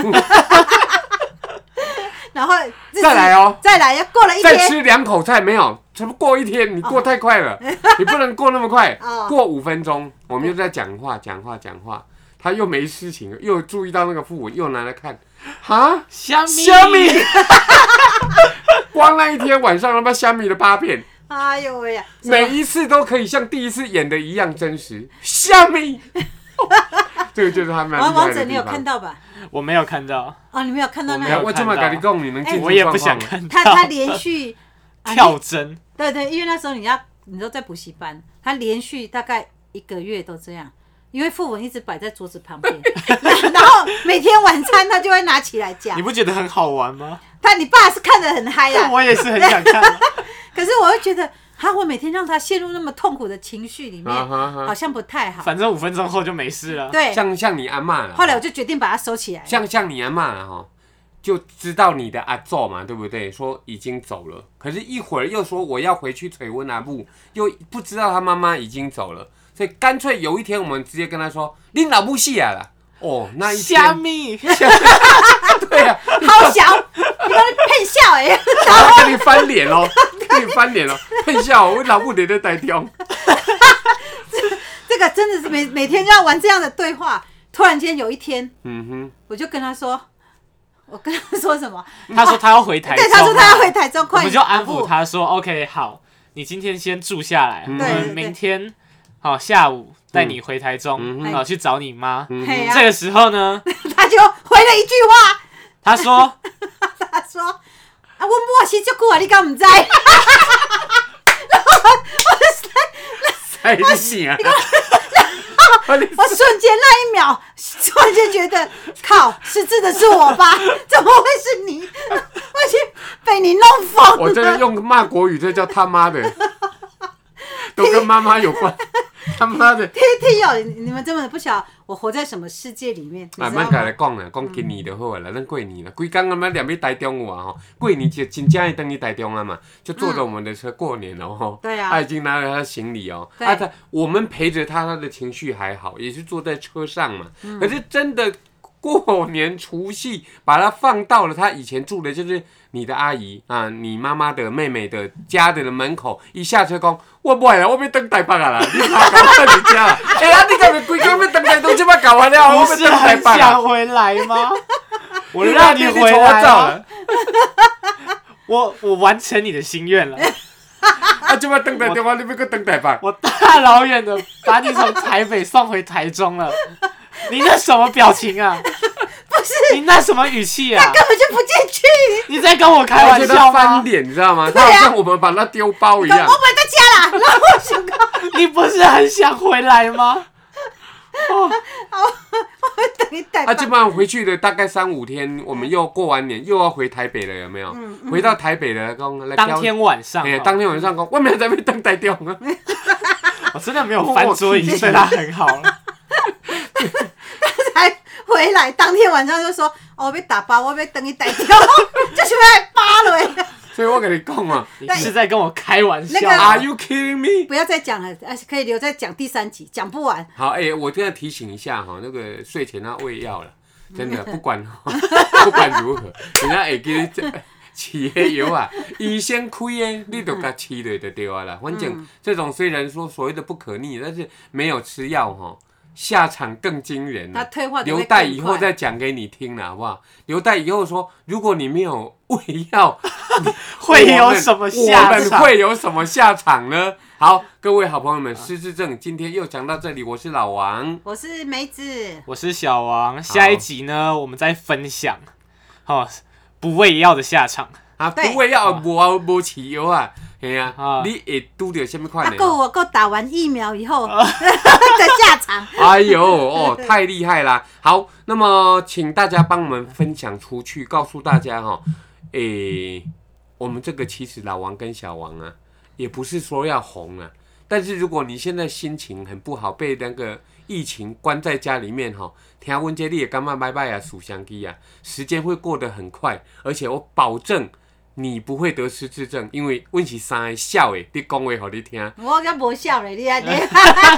Speaker 2: 然后日子
Speaker 1: 再来哦
Speaker 2: 再来要过了一
Speaker 1: 再
Speaker 2: 天，
Speaker 1: 吃两口菜没有？才不过一天，你过太快 了，你不能过那么快
Speaker 2: 哦，
Speaker 1: 过五分钟，我们又在讲话，讲话，讲话，他又没事情了，又注意到那个副文，又拿来看，哈，
Speaker 3: 虾米
Speaker 1: 虾米， 光那一天晚上他妈虾米了八遍，
Speaker 2: 哎呦喂呀！
Speaker 1: 每一次都可以像第一次演的一样真实，虾米， 这个就是他们
Speaker 2: 王
Speaker 1: 厉害
Speaker 2: 王
Speaker 1: 的
Speaker 2: 者，你
Speaker 1: 地
Speaker 2: 有看
Speaker 1: 方。
Speaker 2: 到吧？
Speaker 3: 我没有看到，
Speaker 2: 哦，你没有看到
Speaker 3: 我
Speaker 2: 那
Speaker 3: 没
Speaker 2: 个
Speaker 3: 有
Speaker 1: 我这么跟你讲，你能
Speaker 2: 哎
Speaker 1: 进入
Speaker 3: 我也
Speaker 1: 状
Speaker 3: 不
Speaker 1: 况
Speaker 3: 想
Speaker 1: 吗
Speaker 3: 看到
Speaker 2: 他他连续、 啊
Speaker 3: 跳针，
Speaker 2: 对对，因为那时候你要你都在补习班，他连续大概一个月都这样，因为副文一直摆在桌子旁边，然后每天晚餐他就会拿起来讲
Speaker 3: 你。不觉得很好玩吗？
Speaker 2: 他你爸是看得很嗨啊，
Speaker 3: 我也是很想看啊，
Speaker 2: 可是我会觉得，啊，我每天让他陷入那么痛苦的情绪里面，
Speaker 1: 啊哈哈
Speaker 2: 好像不太好。
Speaker 3: 反正五分钟后就没事了。
Speaker 2: 对，
Speaker 1: 像像你阿妈了。
Speaker 2: 哎后来我就决定把它收起来。
Speaker 1: 像像你阿妈哈，就知道你的阿昼嘛，对不对？说已经走了，可是一会儿又说我要回去催问阿母，又不知道他妈妈已经走了，所以干脆有一天我们直接跟他说：“你老母戏啊啦！”哦，那一
Speaker 3: 虾
Speaker 1: 天，
Speaker 3: 米，
Speaker 1: 对啊，
Speaker 2: 好小，你把你骗笑哎、
Speaker 1: 然后跟你翻脸哦，跟你翻脸哦，喷笑我老母脸在呆掉。
Speaker 2: 这个真的是每每天就要玩这样的对话。突然间有一天，
Speaker 1: 嗯哼，
Speaker 2: 我就跟他说，我跟他说什么？
Speaker 3: 他说他要回台中
Speaker 2: 对，
Speaker 3: 啊，
Speaker 2: 他说他要回台中，
Speaker 3: 我
Speaker 2: 快
Speaker 3: 们
Speaker 2: 点
Speaker 3: 就安
Speaker 2: 跑步
Speaker 3: 抚。他说：“OK，好，你今天先住下来，我
Speaker 1: 嗯
Speaker 3: 们
Speaker 2: 对
Speaker 3: 明天好下午带你回台
Speaker 1: 嗯
Speaker 3: 中，
Speaker 2: 嗯
Speaker 3: 好去找你妈。”
Speaker 2: 嘿
Speaker 3: 这
Speaker 2: 呀、
Speaker 3: 个时候呢，
Speaker 2: 他就回了一句话，
Speaker 3: 他说
Speaker 2: 他说：“啊，我默契就过啊，你敢唔知？
Speaker 1: 哎，你死啊！
Speaker 2: 我瞬间那一秒，突然间觉得，靠，失智的是我 吧？怎么会是你？我去被你弄疯 了。
Speaker 1: 我真的用骂国语，这叫他妈的，都跟妈妈有关，他妈的。
Speaker 2: 听听友，你你们真的不晓得我活在什么世界里面，你
Speaker 1: 慢
Speaker 2: 知道
Speaker 1: 慢甲来
Speaker 2: 吗？嗯
Speaker 1: 讲啦，讲今年就好啊啦，咱过年啦，规工阿妈连去台中有啊吼，过年就真正会等于台中啊了嘛，就坐着我们的车过年了吼。
Speaker 2: 对啊
Speaker 1: 他已经拿了他的行李哦，
Speaker 2: 对
Speaker 1: 啊，他我们陪着他，他的情绪还好，也是坐在车上嘛。
Speaker 2: 嗯
Speaker 1: 可是真的过年除夕把他放到了他以前住的，就是你的阿姨啊，你妈妈的妹妹的家的门口，一下车讲，我不来了，我要登台北啊啦，你妈搞我回家 啦，哎、啊，你干嘛规工要登台都这么搞完了，：“我
Speaker 3: 不
Speaker 1: 要登
Speaker 3: 是
Speaker 1: 台
Speaker 3: 很
Speaker 1: 北啊。
Speaker 3: 想回来吗？ 我让你回来啊， 我我完成你的心愿了，
Speaker 1: 啊，即摆登台中，我你要搁登台北？
Speaker 3: 我大老远的把你从台北送回台中了。”你那什么表情啊？
Speaker 2: 不是，
Speaker 3: 你那什么语气啊？
Speaker 2: 根本就不进去。
Speaker 3: 你在跟我开
Speaker 1: 而且
Speaker 3: 玩
Speaker 1: 他
Speaker 3: 笑
Speaker 1: 翻
Speaker 3: 吗？啊
Speaker 1: 脸，你知道吗？他好像我们把他丢包一
Speaker 2: 我
Speaker 1: 样。
Speaker 2: 我在家啦，然后我想说
Speaker 3: 你不是很想回来吗？
Speaker 2: 我等你等吧
Speaker 1: 啊，基本上回去的大概三五天，我们又过完年又要回台北了，有没有？回到台北了，讲来
Speaker 3: 嗯当天晚上
Speaker 1: 哎呀
Speaker 3: 哦，
Speaker 1: 当天晚上讲，我明仔要登台中啊，
Speaker 3: 我真的没有翻桌，已经对他很好了。
Speaker 2: 才回 来，当天晚上就说：“哦，我被打包，我被等你逮掉，就是被扒了。
Speaker 1: 所所以我跟你讲 啊
Speaker 3: 你是在跟我开玩笑
Speaker 2: 那个
Speaker 1: ，Are
Speaker 3: 吗？
Speaker 1: you kidding me？
Speaker 2: 不要再讲了，而且可以留在讲第三集，讲不完。
Speaker 1: 好，哎、我真的提醒一下哈，那个睡前要喂药了，真 的不管哦 不管如何，人家会给你吃的药啊，医生开的，你都给吃了就对啊啦。反
Speaker 3: 嗯
Speaker 1: 正这种虽然说所谓的不可逆，但是没有吃药哈，下场更惊人
Speaker 2: 它
Speaker 1: 啊。
Speaker 2: 退化得会
Speaker 1: 留
Speaker 2: 更
Speaker 1: 待以后
Speaker 2: 快
Speaker 1: 再讲给你听了，好不好？留待以后说，如果你没有喂药，
Speaker 3: 会有什么
Speaker 1: 我
Speaker 3: 下
Speaker 1: 们
Speaker 3: 场？啊
Speaker 1: 会有什么下场呢？好，各位好朋友们，失智症今天又讲到这里，我是老王。
Speaker 2: 我是梅子，
Speaker 3: 我是小王，下一集呢，我们再分享哦，不喂药的下场。
Speaker 1: 啊，
Speaker 2: 对哦
Speaker 1: 不过要无无饲药啊，嘿啊
Speaker 3: 啊，
Speaker 1: 你会拄着什么
Speaker 2: 啊
Speaker 1: 款，
Speaker 2: 够
Speaker 1: 的？
Speaker 2: 我够打完疫苗 以后的下场。
Speaker 1: 哎呦哦，太厉害啦！好，那么请大家帮我们分享出去，告诉大家哈、诶、我们这个其实老王跟小王啊，也不是说要红啊，但是如果你现在心情很不好，被那个疫情关在家里面哈、听温杰利也干嘛拜拜啊，数香鸡啊，时间会过得很快，而且我保证你不会得失智症，因为阮是三个笑的，你讲话互你听。
Speaker 2: 我跟无笑嘞，你安尼，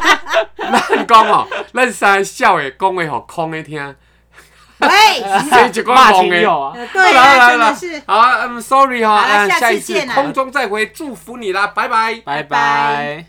Speaker 1: 咱讲哦，咱三个笑的讲话互空的听，
Speaker 2: 喂，
Speaker 1: 所以一个
Speaker 3: 骂
Speaker 1: 懵
Speaker 3: 听
Speaker 1: 的。
Speaker 3: 友啊，
Speaker 2: 对
Speaker 1: 来
Speaker 2: 啊，
Speaker 1: 来
Speaker 2: 真
Speaker 1: 来
Speaker 2: 的是，
Speaker 1: 好，嗯，sorry 哈，
Speaker 2: 好啦
Speaker 1: 啊
Speaker 2: 下次
Speaker 1: 下一次
Speaker 2: 见啊
Speaker 1: 空中再会，祝福你啦，拜拜。
Speaker 3: 拜
Speaker 2: 拜
Speaker 3: 拜。